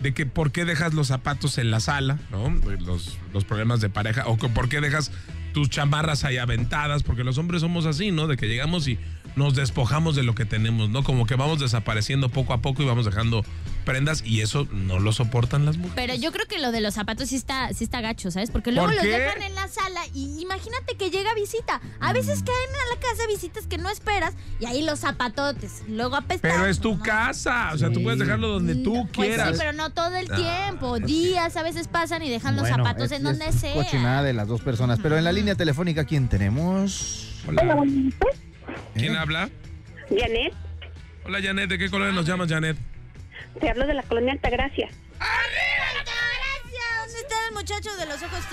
Speaker 1: de que por qué dejas los zapatos en la sala, ¿no? Los, los problemas de pareja, o que por qué dejas tus chamarras ahí aventadas, porque los hombres somos así, ¿no? De que llegamos y nos despojamos de lo que tenemos, ¿no? Como que vamos desapareciendo poco a poco y vamos dejando prendas y eso no lo soportan las mujeres.
Speaker 3: Pero yo creo que lo de los zapatos sí está, sí está gacho, ¿sabes? Porque luego
Speaker 1: ¿Por
Speaker 3: los
Speaker 1: qué? Mm.
Speaker 3: dejan en la sala y imagínate que llega visita. A veces caen a la casa visitas que no esperas y ahí los zapatotes. Luego apestan.
Speaker 1: Pero es tu casa, o sea, tú
Speaker 13: Sí.
Speaker 1: puedes dejarlo donde tú
Speaker 3: Pues
Speaker 1: quieras.
Speaker 3: sí, pero no todo el
Speaker 1: Ah,
Speaker 3: tiempo. Días a veces pasan y dejan los
Speaker 13: pues Bueno,
Speaker 3: zapatos en
Speaker 13: es-
Speaker 3: donde
Speaker 13: es
Speaker 3: sea.
Speaker 2: Cochinada de las dos personas. Pero en la línea telefónica, ¿quién tenemos?
Speaker 1: Hola. ¿Quién habla?
Speaker 14: Janet,
Speaker 1: Hola, Janet. ¿De qué color nos llamas, Janet?
Speaker 14: te hablo de la colonia Altagracia.
Speaker 3: ¿Dónde está el muchacho de los ojos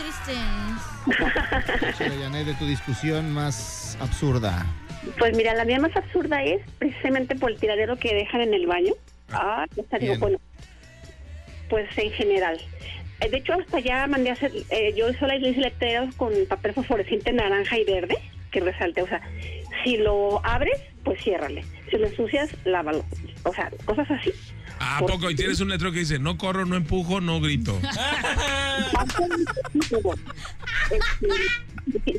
Speaker 3: tristes?
Speaker 2: Échale, Janet, de tu discusión más absurda.
Speaker 14: Pues mira, la mía más absurda es precisamente por el tiradero que dejan en el baño. Ah, hasta digo,
Speaker 2: bien.
Speaker 14: bueno, pues en general. Eh, De hecho, hasta allá mandé a hacer, eh, yo sola hice letreros con papel fosforescente naranja y verde, que resalte, o sea, si lo abres, pues ciérrale. Si lo ensucias, lávalo. O sea, cosas así.
Speaker 1: ¿A poco? Y tienes un letrero que dice, no corro, no empujo, no grito.
Speaker 14: este, si,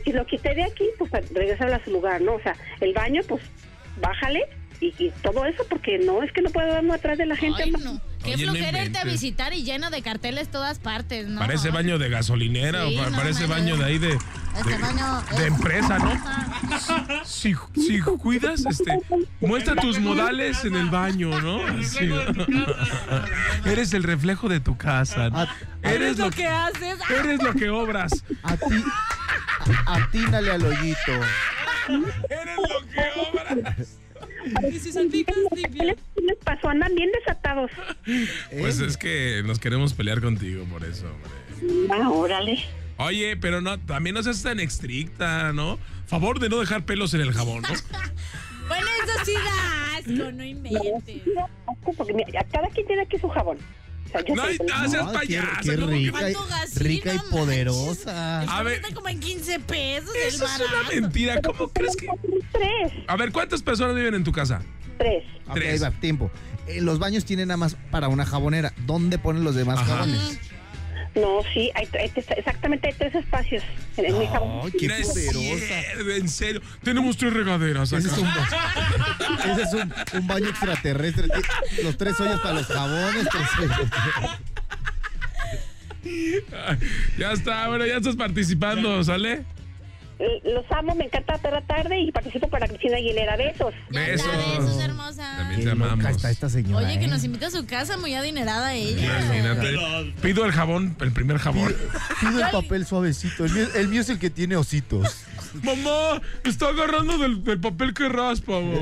Speaker 14: si lo quité de aquí, pues regresarlo a su lugar, ¿no? O sea, el baño, pues bájale y, y todo eso porque no, es que no puedo darme atrás de la gente.
Speaker 3: Ay,
Speaker 14: hombre.
Speaker 3: no. Qué
Speaker 1: Oye, no
Speaker 3: flojera irte a
Speaker 1: inventes.
Speaker 3: visitar y lleno de carteles todas partes, ¿no?
Speaker 1: Parece baño de gasolinera
Speaker 3: Sí,
Speaker 1: o pa-
Speaker 3: no
Speaker 1: parece baño
Speaker 3: manches.
Speaker 1: de ahí de,
Speaker 3: Este baño
Speaker 1: de, de
Speaker 3: es-
Speaker 1: empresa, ¿no? Si, si cuidas, este, muestra tus modales en el baño, ¿no? Sí. Eres el reflejo de tu casa. Ah, Eres lo que
Speaker 6: haces. Ah,
Speaker 1: Eres lo que obras.
Speaker 13: A ti. Atínale al hoyito.
Speaker 1: Eres lo que obras.
Speaker 14: Y si salpicas, limpia. Les pasó, andan bien desatados.
Speaker 1: Pues
Speaker 2: ¿eh?
Speaker 1: es que nos queremos pelear contigo por eso, hombre.
Speaker 14: Ah, órale.
Speaker 1: Oye, pero no, también no seas tan estricta, ¿no? Favor de no dejar pelos en el jabón, ¿no?
Speaker 6: Bueno, eso sí da asco, no inventes.
Speaker 14: Porque mira, cada quien tiene aquí su jabón. O sea, yo
Speaker 1: No,
Speaker 14: soy-
Speaker 1: y- ah, seas
Speaker 13: Ay, qué-
Speaker 1: payasa,
Speaker 13: qué
Speaker 1: ¿cómo que
Speaker 13: rica, y-
Speaker 6: ¿Cuánto gasina,
Speaker 13: rica y
Speaker 6: manches?
Speaker 13: poderosa.
Speaker 1: A
Speaker 6: El jabón
Speaker 1: ver.
Speaker 6: está como en 15 pesos el
Speaker 1: Eso es una
Speaker 6: barato.
Speaker 1: mentira. ¿Cómo crees que.?
Speaker 14: Tres,
Speaker 1: A ver, ¿cuántas personas viven en tu casa?
Speaker 14: tres.
Speaker 13: Ok,
Speaker 1: Tres.
Speaker 13: ahí va, tiempo. Eh, los baños tienen nada más para una jabonera. ¿Dónde ponen los demás
Speaker 1: Ajá.
Speaker 13: jabones?
Speaker 14: No, sí, hay, hay- exactamente hay tres espacios en, en mi jabón.
Speaker 13: Ay, qué
Speaker 1: No es
Speaker 13: poderosa.
Speaker 1: cierto, en serio. Tenemos tres regaderas acá.
Speaker 13: Ese es un, ba- ese es un- un baño extraterrestre. Ti- Los tres hoyos para los jabones. tres hoyos.
Speaker 1: Ya está, bueno, ya estás participando, ¿sale?
Speaker 14: Eh, Los amo, me encanta ver la tarde y participo para Cristina Aguilera. Besos.
Speaker 3: Ya
Speaker 1: Besos.
Speaker 3: está, besos, hermosa.
Speaker 1: También
Speaker 13: Qué
Speaker 1: te
Speaker 13: loca
Speaker 1: amamos.
Speaker 13: está esta señora.
Speaker 3: Oye, que
Speaker 13: ¿eh?
Speaker 3: nos invita a su casa, muy adinerada ella.
Speaker 1: Imagínate. Pido el jabón, el primer jabón.
Speaker 13: Pido el papel suavecito. El mío, el mío es el que tiene ositos.
Speaker 1: Mamá, está agarrando del, del papel que raspa, mamá.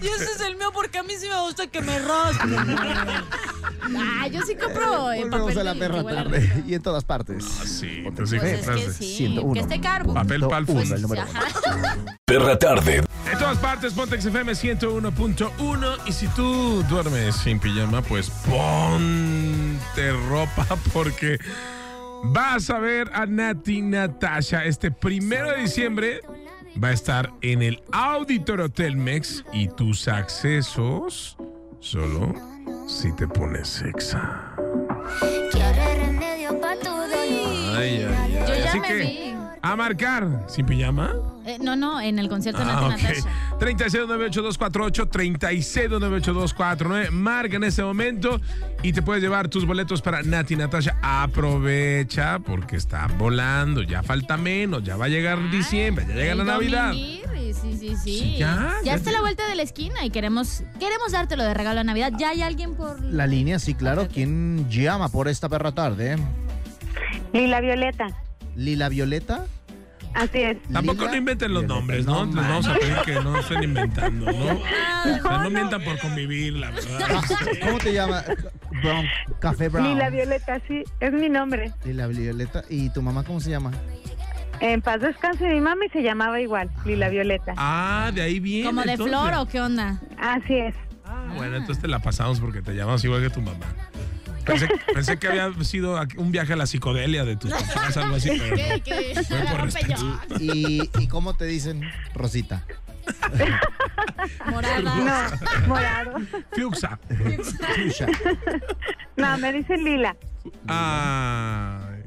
Speaker 6: Y ese es el mío porque a mí sí me gusta que me raspen. ah, yo sí compro el
Speaker 13: Volvemos
Speaker 6: papel
Speaker 13: a la
Speaker 6: de-
Speaker 13: perra
Speaker 6: que huele rico.
Speaker 13: tarde. Y en todas partes.
Speaker 1: Sí,
Speaker 13: Pues
Speaker 1: entonces,
Speaker 3: Pues es que
Speaker 1: entonces,
Speaker 3: sí,
Speaker 13: 101.
Speaker 3: que esté Pues carbo.
Speaker 1: Papel pa'l
Speaker 13: Uno,
Speaker 1: fondo.
Speaker 13: el número uno.
Speaker 4: Perra tarde.
Speaker 1: En todas partes, Pontex FM 101.1. Y si tú duermes sin pijama, pues ponte ropa porque vas a ver a Nati Natasha este primero de diciembre. Va a estar en el Auditor Hotel Mex y tus accesos solo si te pones exa.
Speaker 15: Quiere remedio pa' tu dolor.
Speaker 1: Ay, ay,
Speaker 3: Yo ya
Speaker 1: Así
Speaker 3: me
Speaker 1: que, a marcar sin pijama.
Speaker 3: vi. Eh, no, no, en el concierto de Nati
Speaker 1: Ah, ok.
Speaker 3: Natasha.
Speaker 1: 36982248, 36982249. Marca en ese momento y te puedes llevar tus boletos para Nati Natasha. Aprovecha porque está volando. Ya falta menos, ya va a llegar diciembre, ya llega la
Speaker 3: El
Speaker 1: Navidad.
Speaker 3: dominguirri, Sí, sí, sí.
Speaker 1: Sí, ya,
Speaker 3: Ya,
Speaker 1: ya
Speaker 3: está
Speaker 1: te-
Speaker 3: la vuelta de la esquina y queremos queremos dártelo de regalo a Navidad. Ya hay alguien por
Speaker 13: La línea, sí, claro. ¿Quién llama por esta perra tarde?
Speaker 14: Lila Violeta.
Speaker 13: ¿Lila Violeta?
Speaker 14: Así es.
Speaker 1: Tampoco
Speaker 13: Lila
Speaker 1: no inventen los
Speaker 13: Violeta.
Speaker 1: nombres, ¿no?
Speaker 13: No
Speaker 1: Les vamos a
Speaker 13: manches.
Speaker 1: pedir que no estén inventando, ¿no?
Speaker 3: Ah,
Speaker 1: O sea, no mientan por convivir, la verdad.
Speaker 13: ¿Cómo te llama? Brown, Café Brown.
Speaker 11: Lila Violeta, sí, es mi nombre.
Speaker 13: Lila Violeta. ¿Y tu mamá cómo se llama?
Speaker 11: En paz descanse mi mami se llamaba igual, Lila Violeta.
Speaker 1: Ah, de ahí viene.
Speaker 3: como de
Speaker 1: entonces.
Speaker 3: flor o qué onda.
Speaker 11: Así es.
Speaker 1: Ah, Bueno, entonces te la pasamos porque te llamamos igual que tu mamá. Pensé, pensé que había sido un viaje a la psicodelia de tus papás, algo así, pero no.
Speaker 3: qué?
Speaker 1: Fue por
Speaker 3: Agarró
Speaker 1: respeto.
Speaker 3: pellón.
Speaker 11: Ah,
Speaker 13: ¿Y, y cómo te dicen, Rosita?
Speaker 3: Morada.
Speaker 11: No, morado.
Speaker 1: Fiuxa.
Speaker 13: Fuchsia.
Speaker 11: No, me dice Lila.
Speaker 1: Ay,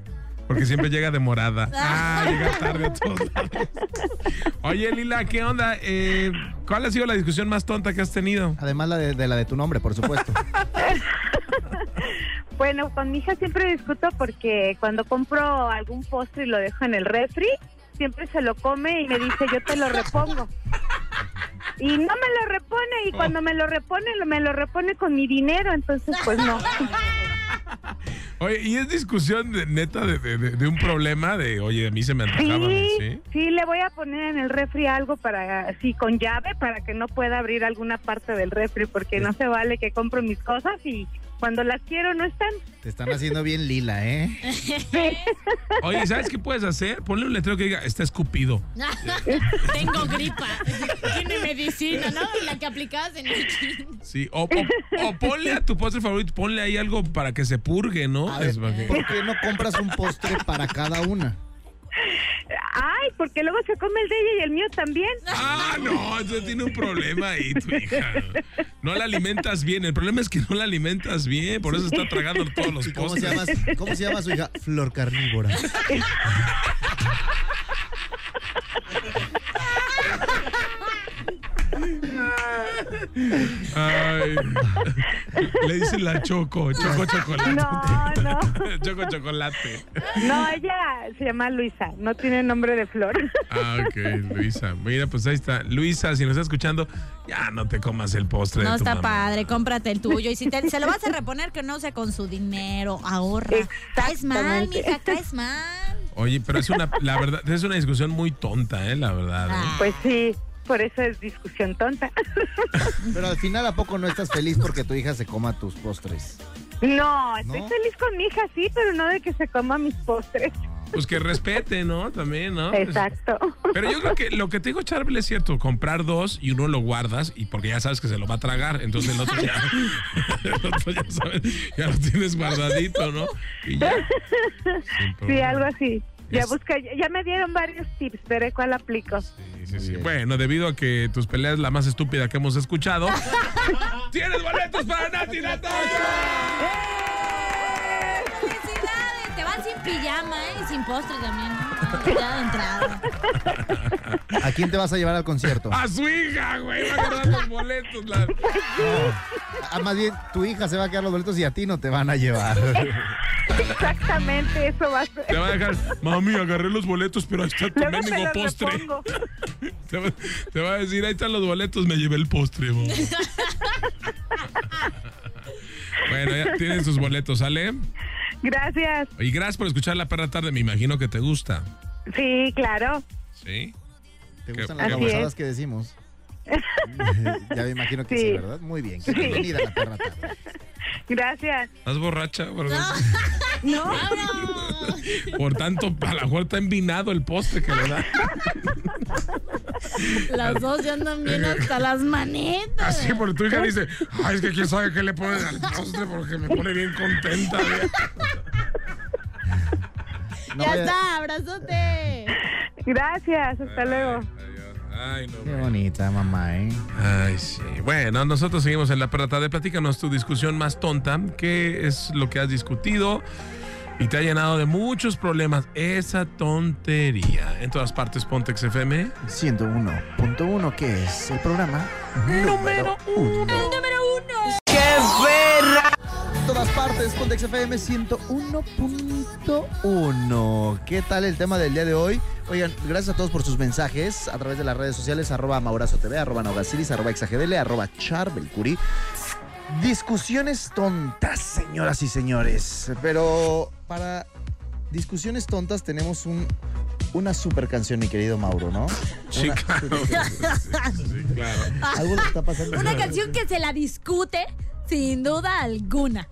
Speaker 1: porque siempre llega de morada. Ah, llega tarde a todos lados. Oye, Lila, ¿qué onda? Eh, ¿Cuál ha sido la discusión más tonta que has tenido?
Speaker 13: Además la de, de la de tu nombre, por supuesto.
Speaker 11: Bueno, con mi hija siempre discuto porque cuando compro algún postre y lo dejo en el refri, siempre se lo come y me dice, yo te lo repongo. Y no me lo repone y cuando me lo repone, lo- me lo repone con mi dinero, entonces pues no.
Speaker 1: Oye, ¿y es discusión de- neta de, de- de- de un problema de, oye, a mí se me antojaba?
Speaker 11: Sí,
Speaker 1: ¿sí?
Speaker 11: sí, le voy a poner en el refri algo para, sí, con llave para que no pueda abrir alguna parte del refri porque no se vale que compro mis cosas y cuando las quiero no están.
Speaker 13: Te están haciendo bien lila, ¿eh?
Speaker 1: Oye, ¿sabes qué puedes hacer? Ponle un letrero que diga, está escupido.
Speaker 3: Tengo gripa. Tiene medicina, ¿no? La que aplicabas en el chin.
Speaker 1: Sí, o, o- o ponle a tu postre favorito, ponle ahí algo para que se purgue, ¿no?
Speaker 13: A ver,
Speaker 1: Ah, Es para que-
Speaker 13: ¿Por qué no compras un postre para cada una?
Speaker 11: Ay, porque luego se come el de ella y el mío también.
Speaker 1: Ah, no, eso tiene un problema ahí, tu hija. No la alimentas bien. El problema es que no la alimentas bien, por eso está tragando todos los
Speaker 13: ¿Y cómo, se
Speaker 1: postres.
Speaker 13: llama, cómo se llama su hija? Flor carnívora.
Speaker 1: Ay. Le dicen la Choco, Choco Chocolate.
Speaker 11: No, no.
Speaker 1: Choco Chocolate.
Speaker 11: No, ella se llama Luisa, no tiene nombre de flor.
Speaker 1: Ah, ok, Luisa. Mira, pues ahí está. Luisa, si nos está escuchando, ya no te comas el postre.
Speaker 6: No
Speaker 1: de tu
Speaker 6: está
Speaker 1: mamá.
Speaker 6: padre, cómprate el tuyo. Y si te- se lo vas a reponer, que no sea con su dinero, ahorra. Caes mal,
Speaker 11: Exactamente.
Speaker 6: mija, caes mal.
Speaker 1: Oye, pero es una, la verdad, es una discusión muy tonta, ¿eh? La verdad. ¿eh?
Speaker 11: Pues sí, por eso es discusión tonta.
Speaker 2: Pero al final, ¿a poco no estás feliz porque tu hija se coma tus postres?
Speaker 11: No, estoy
Speaker 2: ¿No?
Speaker 11: feliz con mi hija, sí, pero no de que se coma mis postres.
Speaker 1: Pues que respete, ¿no? También, ¿no?
Speaker 11: Exacto.
Speaker 1: Pero yo creo que lo que te digo, Charvel, es cierto. Comprar dos y uno lo guardas y porque ya sabes que se lo va a tragar. Entonces el otro ya, el otro ya, sabes, ya lo tienes guardadito, ¿no? Y ya.
Speaker 11: Sí, algo así. Ya
Speaker 1: Es-
Speaker 11: busca, ya me dieron varios tips, veré cuál aplico.
Speaker 1: Sí, sí. Bueno, debido a que tus peleas es la más estúpida que hemos escuchado. ¡Tienes boletos para Nati la
Speaker 6: Felicidades, Te van sin pijama, ¿eh? Y sin postre también. ¿no? Ya de entrada.
Speaker 2: ¿A quién te vas a llevar al concierto?
Speaker 1: ¡A su hija, güey! Va a ganar los boletos. la-
Speaker 2: Ah, más bien, tu hija se va a quedar los boletos y a ti no te van a llevar.
Speaker 11: Exactamente, eso va a ser.
Speaker 1: Te va a dejar, mami, agarré los boletos, pero ahí está tu
Speaker 11: Luego se
Speaker 1: mendigo
Speaker 11: los
Speaker 1: postre.
Speaker 11: repongo.
Speaker 1: Te va, te va a decir, ahí están los boletos, me llevé el postre. mamá". bueno, ya tienen sus boletos, ¿sale?
Speaker 11: Gracias.
Speaker 1: Y gracias por escuchar La Perra Tarde, me imagino que te gusta.
Speaker 11: Sí, claro.
Speaker 1: ¿Sí?
Speaker 2: ¿Te
Speaker 1: Qué-
Speaker 2: gustan
Speaker 1: qué
Speaker 2: las
Speaker 1: bueno.
Speaker 2: babosadas que decimos? ya me imagino que sí,
Speaker 11: Sí.
Speaker 2: ¿verdad? Muy bien.
Speaker 11: Sí.
Speaker 2: qué Bienvenida a la perra tarde.
Speaker 11: Gracias.
Speaker 1: ¿Estás borracha? Por,
Speaker 11: No.
Speaker 1: por tanto, a lo mejor está envinado el postre que le da.
Speaker 3: Las dos ya andan bien hasta las manetas.
Speaker 1: Así, porque tu hija dice, ay, es que quién sabe qué le pones al postre porque me pone bien contenta. güey".
Speaker 2: No
Speaker 3: ya
Speaker 2: voy a-
Speaker 3: está, abrazote.
Speaker 11: Gracias, hasta luego.
Speaker 1: Ay, no.
Speaker 2: Qué bonita mamá, ¿eh?
Speaker 1: Ay, sí. Bueno, nosotros seguimos en la perrata de platícanos tu discusión más tonta, qué es lo que has discutido y te ha llenado de muchos problemas esa tontería. En todas partes Pontex FM.
Speaker 2: 101.1, que es el programa número uno.
Speaker 3: Número uno.
Speaker 2: ¡Qué verra! Todas partes, Pontex FM 101.1. ¿Qué tal el tema del día de hoy? Oigan, gracias a todos por sus mensajes a través de las redes sociales, arroba Maurazo TV, arroba Naugaciris, arroba Exagedele, arroba Charbelcuri. Discusiones tontas, señoras y señores. Pero para discusiones tontas tenemos un, una super canción, mi querido Mauro, ¿no?
Speaker 1: Sí,
Speaker 2: Una-
Speaker 1: claro. Sí, claro.
Speaker 6: Ah.
Speaker 2: Algo le está pasando.
Speaker 3: Una canción que se la discute sin duda alguna.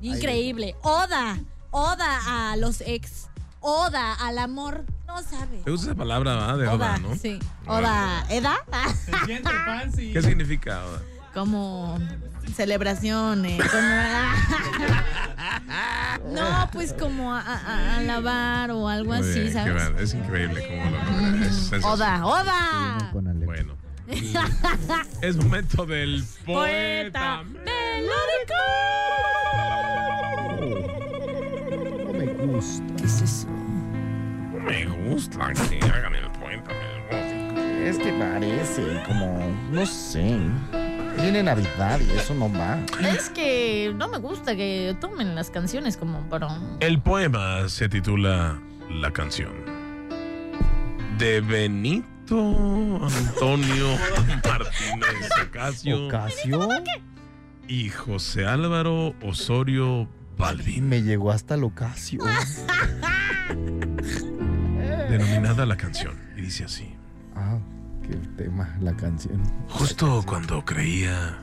Speaker 3: Increíble. Oda. Oda a los ex. Oda al amor. No sabe.
Speaker 1: ¿Te gusta esa palabra ¿verdad? de Oda, no?
Speaker 3: Sí. Oda. ¿Edad?
Speaker 1: ¿Qué significa Oda?
Speaker 3: Como eh, celebraciones. como- no, pues como a, a- a alabar o algo
Speaker 1: Muy
Speaker 3: así,
Speaker 1: bien, qué
Speaker 3: ¿sabes? Mm,
Speaker 1: bueno, es increíble cómo lo logra, es sensacional.
Speaker 3: Oda, Oda.
Speaker 1: Bueno, pues, es momento del poeta.
Speaker 3: Poeta melódico.
Speaker 2: No me gusta.
Speaker 3: ¿Qué es eso?
Speaker 1: Me gusta que hagan el poeta. melódico.
Speaker 2: Es que parece como, no sé. Viene Navidad y eso no va.
Speaker 3: Es que no me gusta que tomen las canciones como para...
Speaker 1: El poema se titula La canción de Benito Antonio Martínez Ocasio,
Speaker 2: ¿Ocasio?
Speaker 1: y José Álvaro Osorio Balvin,
Speaker 2: Me llegó hasta el Ocasio.
Speaker 3: Ah.
Speaker 1: denominada la canción. Y dice así.
Speaker 2: Ah, que el tema, la canción.
Speaker 1: Justo cuando creía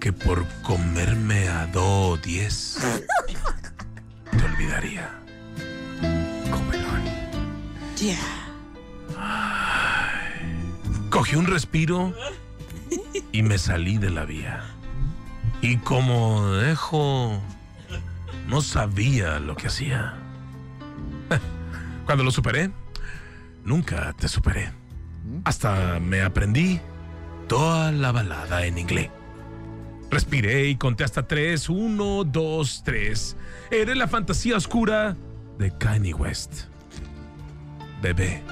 Speaker 1: que por comerme a dos o diez te olvidaría. Comelón. Cogí un respiro y me salí de la vía. Y como dejo, no sabía lo que hacía. Cuando lo superé, nunca te superé. Hasta me aprendí toda la balada en inglés. Respiré y conté hasta tres. Uno, dos, tres. Eres la fantasía oscura de Kanye West. Bebé.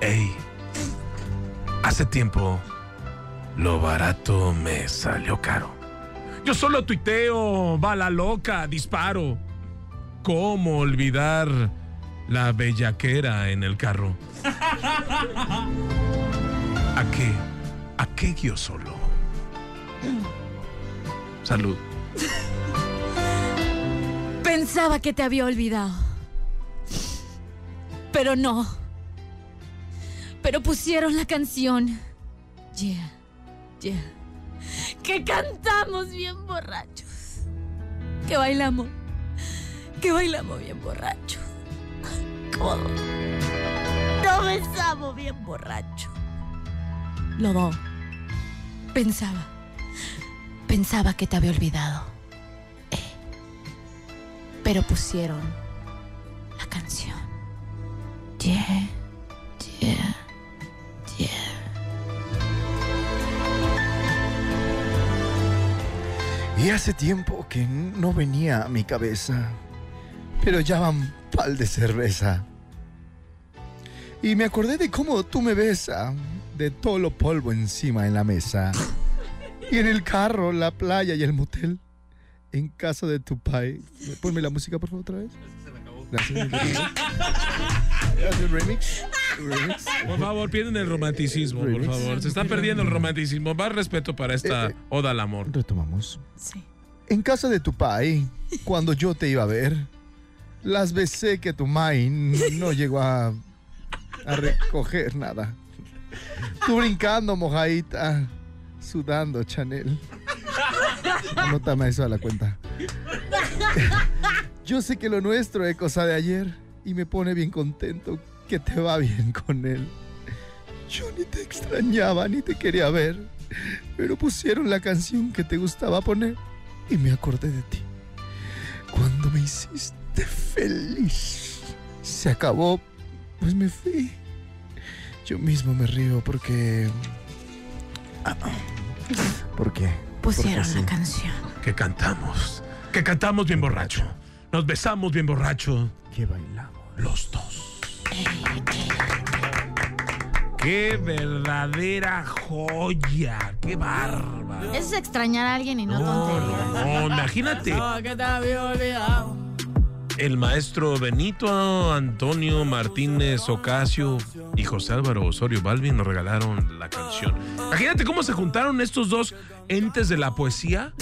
Speaker 1: Ey. Hace tiempo Lo barato me salió caro. Yo solo tuiteo, bala loca, disparo. ¿Cómo olvidar la bellaquera en el carro? ¿A qué? ¿A qué yo solo? Salud.
Speaker 6: Pensaba que te había olvidado. Pero no. Pero pusieron la canción. Yeah, yeah. Que cantamos bien borrachos. Que bailamos. Que bailamos bien borrachos. ¿Cómo? No besamos bien borracho. Lo dos. Pensaba. Pensaba que te había olvidado. Eh, pero pusieron la canción. Yeah, yeah, yeah.
Speaker 2: Y hace tiempo que no venía a mi cabeza, pero ya van pal de cerveza. Y me acordé de cómo tú me besas, de todo lo polvo encima en la mesa. Y en el carro, la playa y el motel. En casa de tu pai. Ponme la música, por favor, otra vez. Gracias. Gracias, un remix. Un remix.
Speaker 1: Por favor, pierden el romanticismo, por
Speaker 2: Remix.
Speaker 1: favor. Se está perdiendo el romanticismo. Más respeto para esta oda al amor.
Speaker 2: Retomamos. En casa de tu pai, cuando yo te iba a ver, las besé que tu mai no llegó a, a recoger nada. Tú brincando, mojadita, sudando, Chanel. Anótame eso a la cuenta. Yo sé que lo nuestro es cosa de ayer y me pone bien contento que te va bien con él. Yo ni te extrañaba ni te quería ver, pero pusieron la canción que te gustaba poner y me acordé de ti. Cuando me hiciste feliz, se acabó, pues me fui. Yo mismo me río porque... ¿Por qué?
Speaker 6: Pusieron
Speaker 1: Porque sí.
Speaker 6: la canción.
Speaker 1: Que cantamos. Que cantamos bien borracho. Nos besamos bien borracho.
Speaker 2: Que bailamos.
Speaker 1: Los dos. Qué verdadera joya. Qué bárbaro.
Speaker 3: Eso es extrañar a alguien y no
Speaker 1: No, imagínate.
Speaker 6: que te había olvidado.
Speaker 1: El maestro Benito Antonio Martínez Ocasio y José Álvaro Osorio Balvin nos regalaron la canción. Imagínate cómo se juntaron estos dos entes de la poesía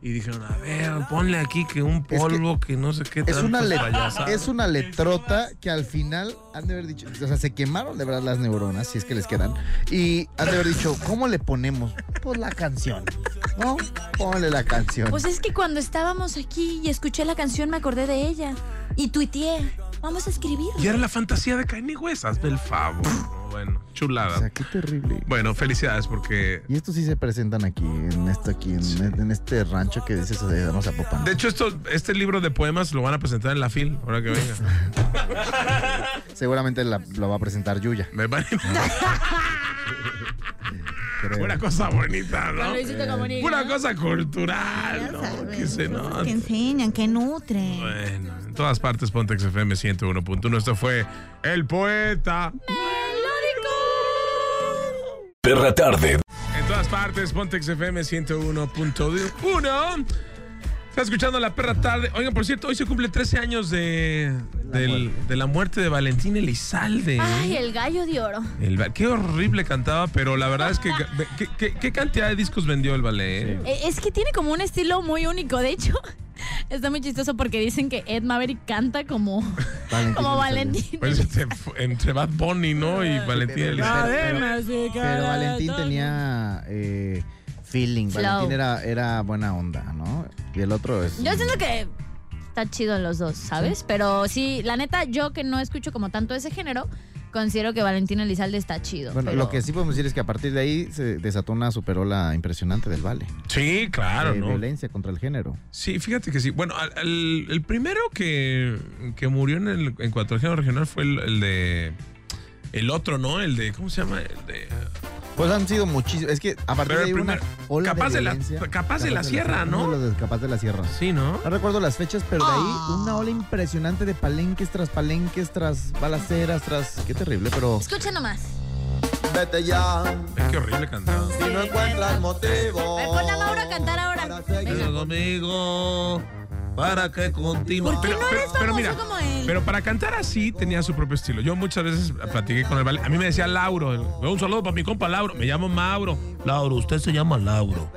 Speaker 1: y dijeron, a ver, ponle aquí que un polvo que, no sé qué
Speaker 13: Es una,
Speaker 1: tantas
Speaker 13: let-
Speaker 1: payasadas".
Speaker 13: es una letrota que al final han de haber dicho, o sea, se quemaron de verdad las neuronas, si es que les quedan, y han de haber dicho, ¿cómo le ponemos? Pues la canción, ¿no? Ponle la canción.
Speaker 6: Pues es que cuando estábamos aquí y escuché la canción me acordé de ella. Y tuiteé. Vamos a escribir.
Speaker 1: Y era la fantasía de Kanye West, hazme el favor. Bueno, chulada.
Speaker 13: O sea, qué terrible.
Speaker 1: Bueno, felicidades porque...
Speaker 13: Y estos sí se presentan aquí, en esto aquí, en, en este rancho que dices de vamos a Popán.
Speaker 1: De hecho, esto, este libro de poemas lo van a presentar en la FIL, ahora que venga.
Speaker 13: Seguramente la, lo va a presentar Yuya.
Speaker 1: Me parece. Una cosa bonita, ¿no?
Speaker 3: Con Luisito Comunica.
Speaker 1: Una cosa cultural, ¿no? Que se
Speaker 3: Que
Speaker 1: nota.
Speaker 3: enseñan, que nutren.
Speaker 1: Bueno, en todas partes Pontex FM 101.1. Esto fue El Poeta.
Speaker 4: Perra tarde.
Speaker 1: En todas partes Pontex FM 101.1. Está escuchando La Perra Tarde. Oigan, por cierto, hoy se cumple 13 años de, del- de la muerte de Valentín Elizalde. ¿eh?
Speaker 6: Ay, el gallo de oro.
Speaker 1: El va- qué horrible cantaba, pero la verdad es que ¿qué, qué- qué cantidad de discos vendió el ballet?
Speaker 6: Eh, Es que tiene como un estilo muy único. De hecho, está muy chistoso porque dicen que Ed Maverick canta como, como Valentín.
Speaker 1: Pues este, fu- entre Bad Bunny, ¿no? Y Valentín
Speaker 2: Ah,
Speaker 1: Elizalde.
Speaker 13: Pero Valentín tenía eh, feeling.
Speaker 3: Flow.
Speaker 13: Valentín era, era buena onda, ¿no? Y el otro es.
Speaker 3: Yo siento que está chido los dos, ¿sabes? Pero sí, la neta, yo que no escucho como tanto ese género, considero que Valentín Elizalde está chido.
Speaker 13: Bueno,
Speaker 3: pero-
Speaker 13: lo que sí podemos decir es que a partir de ahí se desató una superola impresionante del Vale.
Speaker 1: Sí, claro,
Speaker 13: de
Speaker 1: Ah, ¿no?
Speaker 13: Violencia contra el género.
Speaker 1: Sí, fíjate que sí. Bueno, al- al- el primero que, que murió en, el, en cuanto al género regional fue el, el de. El otro, ¿no? El de. ¿Cómo se llama? El de. ah,
Speaker 13: Pues han sido muchísimos. Es que a partir
Speaker 1: Pero
Speaker 13: de
Speaker 1: el
Speaker 13: ahí hubo una
Speaker 1: primer-
Speaker 13: ola
Speaker 1: Capaz de la-
Speaker 13: violencia.
Speaker 1: Capaz de la Sierra, ¿no?
Speaker 13: Uno de los de Capaz de la Sierra.
Speaker 1: Sí, ¿no?
Speaker 13: No recuerdo las fechas, pero de
Speaker 3: Ah.
Speaker 13: ahí una ola impresionante de palenques tras palenques, tras balaceras, tras. Qué terrible, pero.
Speaker 3: Escucha nomás.
Speaker 16: vete ya.
Speaker 1: Es que horrible cantado.
Speaker 16: Si no encuentras motivo.
Speaker 6: Me pon a Mauro a cantar ahora. Venga.
Speaker 16: conmigo para que continúe.
Speaker 1: ¿Por qué no eres
Speaker 6: famoso
Speaker 1: mira,
Speaker 6: como él?
Speaker 1: Pero para cantar así tenía su propio estilo. Yo muchas veces platiqué con el vale. A mí me decía Lauro. el- Un saludo para mi compa Lauro. Me llamo Mauro. Lauro, usted se llama Lauro.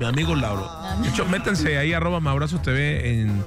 Speaker 1: Mi amigo Lauro. De hecho, métanse ahí arroba Maurazo TV en,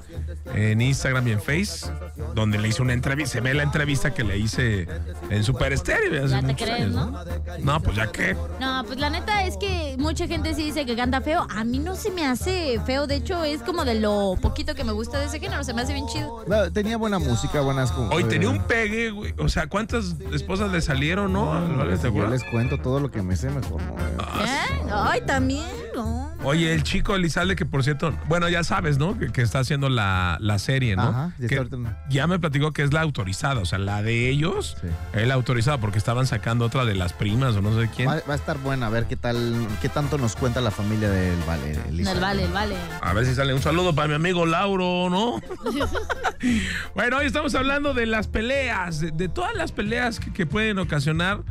Speaker 1: en Instagram y en Face, donde le hice una entrevista. Se ve la entrevista que le hice en Super Estéreo. hace
Speaker 3: Ya te
Speaker 1: muchos
Speaker 3: crees,
Speaker 1: años,
Speaker 3: ¿no?
Speaker 1: No, pues ya que.
Speaker 3: No, pues la neta es que mucha gente sí dice que canta feo. A mí no se me hace feo. De hecho, es como de lo poquito que me gusta de ese género. Se me hace bien chido.
Speaker 2: No, tenía buena música, buenas. eh,
Speaker 1: Hoy tenía un pegue, güey. O sea, ¿cuántas esposas le salieron, no? Ah, al Vale, ¿te
Speaker 2: Si yo
Speaker 1: acuerdas?
Speaker 2: les cuento todo lo que me sé mejor. ¿no?
Speaker 16: Ah,
Speaker 3: ¿Eh? Ay, también, no.
Speaker 1: Oye, el chico Elizalde, que por cierto, bueno, ya sabes, ¿no? Que, que está haciendo la, la serie, ¿no?
Speaker 2: Ajá, ya está
Speaker 1: Que
Speaker 2: ahorita-
Speaker 1: ya me platicó que es la autorizada, o sea, la de ellos, es la autorizada, porque estaban sacando otra de las primas o no sé quién.
Speaker 2: Va, va a estar buena, a ver qué tal, qué tanto nos cuenta la familia del Vale. Elisa.
Speaker 3: El vale, el vale.
Speaker 1: A ver si sale un saludo para mi amigo Lauro, ¿no? bueno, hoy estamos hablando de las peleas, de, de todas las peleas que, que pueden ocasionar,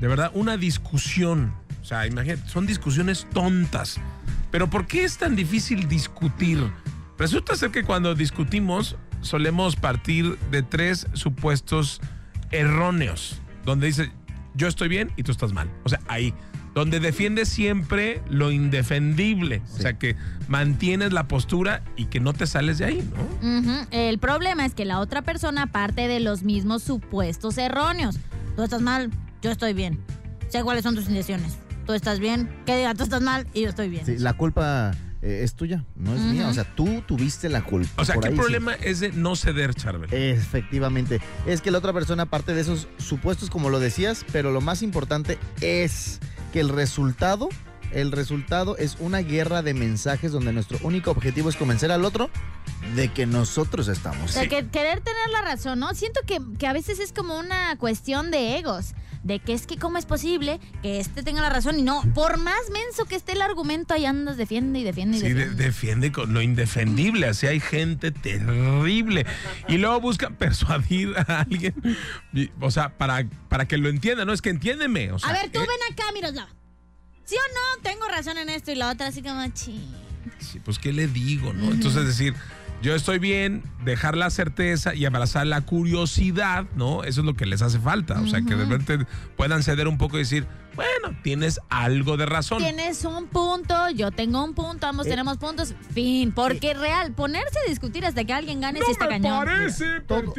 Speaker 1: de verdad, una discusión. O sea, imagínate, son discusiones tontas. Pero ¿por qué es tan difícil discutir? Resulta ser que cuando discutimos solemos partir de tres supuestos erróneos, donde dice yo estoy bien y tú estás mal. O sea, ahí, donde defiendes siempre lo indefendible, o sea, que mantienes la postura y que no te sales de ahí, ¿no?
Speaker 3: Ujú. El problema es que la otra persona parte de los mismos supuestos erróneos. Tú estás mal, yo estoy bien. Sé cuáles son tus intenciones. Tú estás bien, que diga, tú estás mal y yo estoy bien.
Speaker 2: Sí, la culpa eh, es tuya, no es mía.
Speaker 3: Ujú.
Speaker 2: O sea, tú tuviste la culpa.
Speaker 1: O sea,
Speaker 2: por
Speaker 1: ¿qué
Speaker 2: ahí sí. Eh,
Speaker 1: problema es de no ceder, Charbel?
Speaker 2: Efectivamente. Es que la otra persona parte de esos supuestos, como lo decías, pero lo más importante es que el resultado, el resultado es una guerra de mensajes donde nuestro único objetivo es convencer al otro de que nosotros
Speaker 3: O
Speaker 2: estamos.
Speaker 3: sea, que querer tener la razón, ¿no? Siento que, que a veces es como una cuestión de egos, de que es que cómo es posible que este tenga la razón y no, por más menso que esté el argumento, ahí andas defiende y defiende y
Speaker 1: Sí,
Speaker 3: defiende.
Speaker 1: de- defiende con lo indefendible. Así hay gente terrible. Y luego buscan persuadir a alguien. y- O sea, para, para que lo entienda, ¿no? Es que entiéndeme. O sea,
Speaker 3: a ver, tú
Speaker 1: eh,
Speaker 3: ven acá, Miroslava. ¿Sí o no? Tengo razón en esto y la otra así como chi.
Speaker 1: sí, pues, ¿qué le digo, no? Entonces, decir, yo estoy bien, dejar la certeza y abrazar la curiosidad, ¿no? Eso es lo que les hace falta. O sea, que de
Speaker 3: Ujú.
Speaker 1: repente puedan ceder un poco y decir, bueno, tienes algo de razón.
Speaker 3: Tienes un punto, yo tengo un punto, ambos
Speaker 1: Eh,
Speaker 3: tenemos puntos, fin. Porque real, ponerse a discutir hasta que alguien gane si está cañón.
Speaker 2: Todo,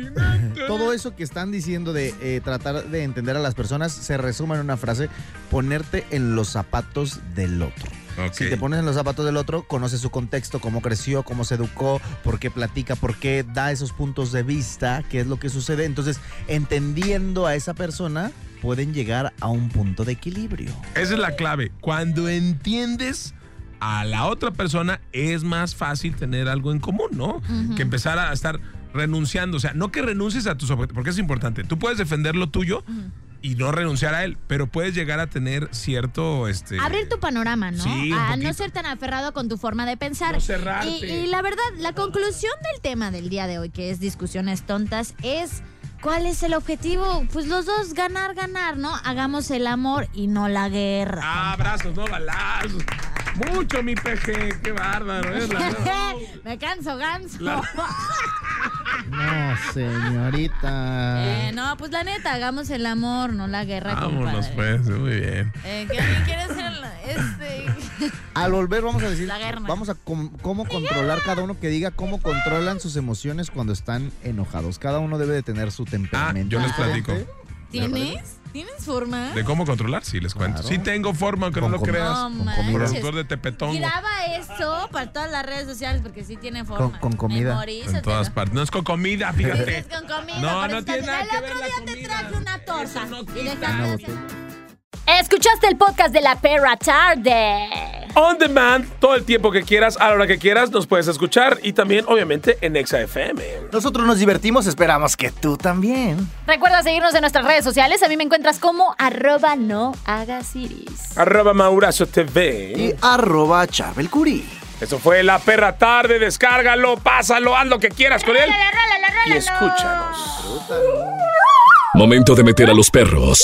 Speaker 2: todo eso que están diciendo de eh, tratar de entender a las personas se resume en una frase, ponerte en los zapatos del otro. Si te pones en los zapatos del otro, conoces su contexto, cómo creció, cómo se educó, por qué platica, por qué da esos puntos de vista, qué es lo que sucede. Entonces, entendiendo a esa persona, pueden llegar a un punto de equilibrio.
Speaker 1: Esa es la clave. Cuando entiendes a la otra persona, es más fácil tener algo en común, ¿no?
Speaker 17: Ujú.
Speaker 1: Que empezar a estar renunciando. O sea, no que renuncies a tus objetivos, porque es importante. Tú puedes defender lo tuyo y no renunciar a él, pero puedes llegar a tener cierto. Este,
Speaker 3: Abrir tu panorama, ¿no?
Speaker 1: Sí, un
Speaker 3: a
Speaker 1: poquito.
Speaker 3: no ser tan aferrado con tu forma de pensar.
Speaker 1: No cerrarte.
Speaker 3: Y, y la verdad, la conclusión del tema del día de hoy, que es discusiones tontas, es ¿cuál es el objetivo? Pues los dos ganar, ganar, ¿no? Hagamos el amor y no la guerra.
Speaker 1: Abrazos, no balazos. Mucho, mi peje. Qué bárbaro. ¿eh? La-
Speaker 3: Me canso, ganso.
Speaker 1: La-
Speaker 2: No, señorita.
Speaker 3: Eh, no, pues la neta, hagamos el amor, no la guerra.
Speaker 1: Vámonos,
Speaker 3: compadre.
Speaker 1: pues. Muy bien.
Speaker 3: Eh, ¿qué- qué quieres hacer? Este...
Speaker 2: Al volver vamos a decir,
Speaker 3: La guerra.
Speaker 2: vamos a com- cómo controlar cada uno que diga cómo controlan sus emociones cuando están enojados. Cada uno debe de tener su temperamento.
Speaker 1: Ah, yo les platico.
Speaker 3: ¿Tienes? ¿Tienes forma?
Speaker 1: ¿De cómo controlar? Sí, les cuento. Sí tengo forma, aunque no lo
Speaker 3: comida.
Speaker 1: creas.
Speaker 3: No manches.
Speaker 1: Productor de Tepetongo.
Speaker 3: Graba esto para todas las redes sociales porque sí tiene
Speaker 1: Con,
Speaker 3: forma.
Speaker 1: comida.
Speaker 3: Memorízatelo.
Speaker 1: En todas partes. No es con comida, fíjate.
Speaker 3: Dices con comida.
Speaker 1: No,
Speaker 3: pero
Speaker 1: no
Speaker 3: está-
Speaker 1: tiene nada que
Speaker 3: El otro día te traje una torta. y dejaste-
Speaker 18: Escuchaste el podcast de la perra tarde.
Speaker 1: On demand, todo el tiempo que quieras, a la hora que quieras, nos puedes escuchar y también, obviamente, en Exa FM.
Speaker 13: Nosotros nos divertimos, esperamos que tú también.
Speaker 18: Recuerda seguirnos en nuestras redes sociales. A mí me encuentras como arroba no hagas iris.
Speaker 1: Arroba Maurazo TV. Y
Speaker 13: arroba Charbel Curi.
Speaker 1: Eso fue La Perra Tarde. Descárgalo, pásalo, haz lo que quieras con él. Y escúchanos.
Speaker 4: Momento de meter a los perros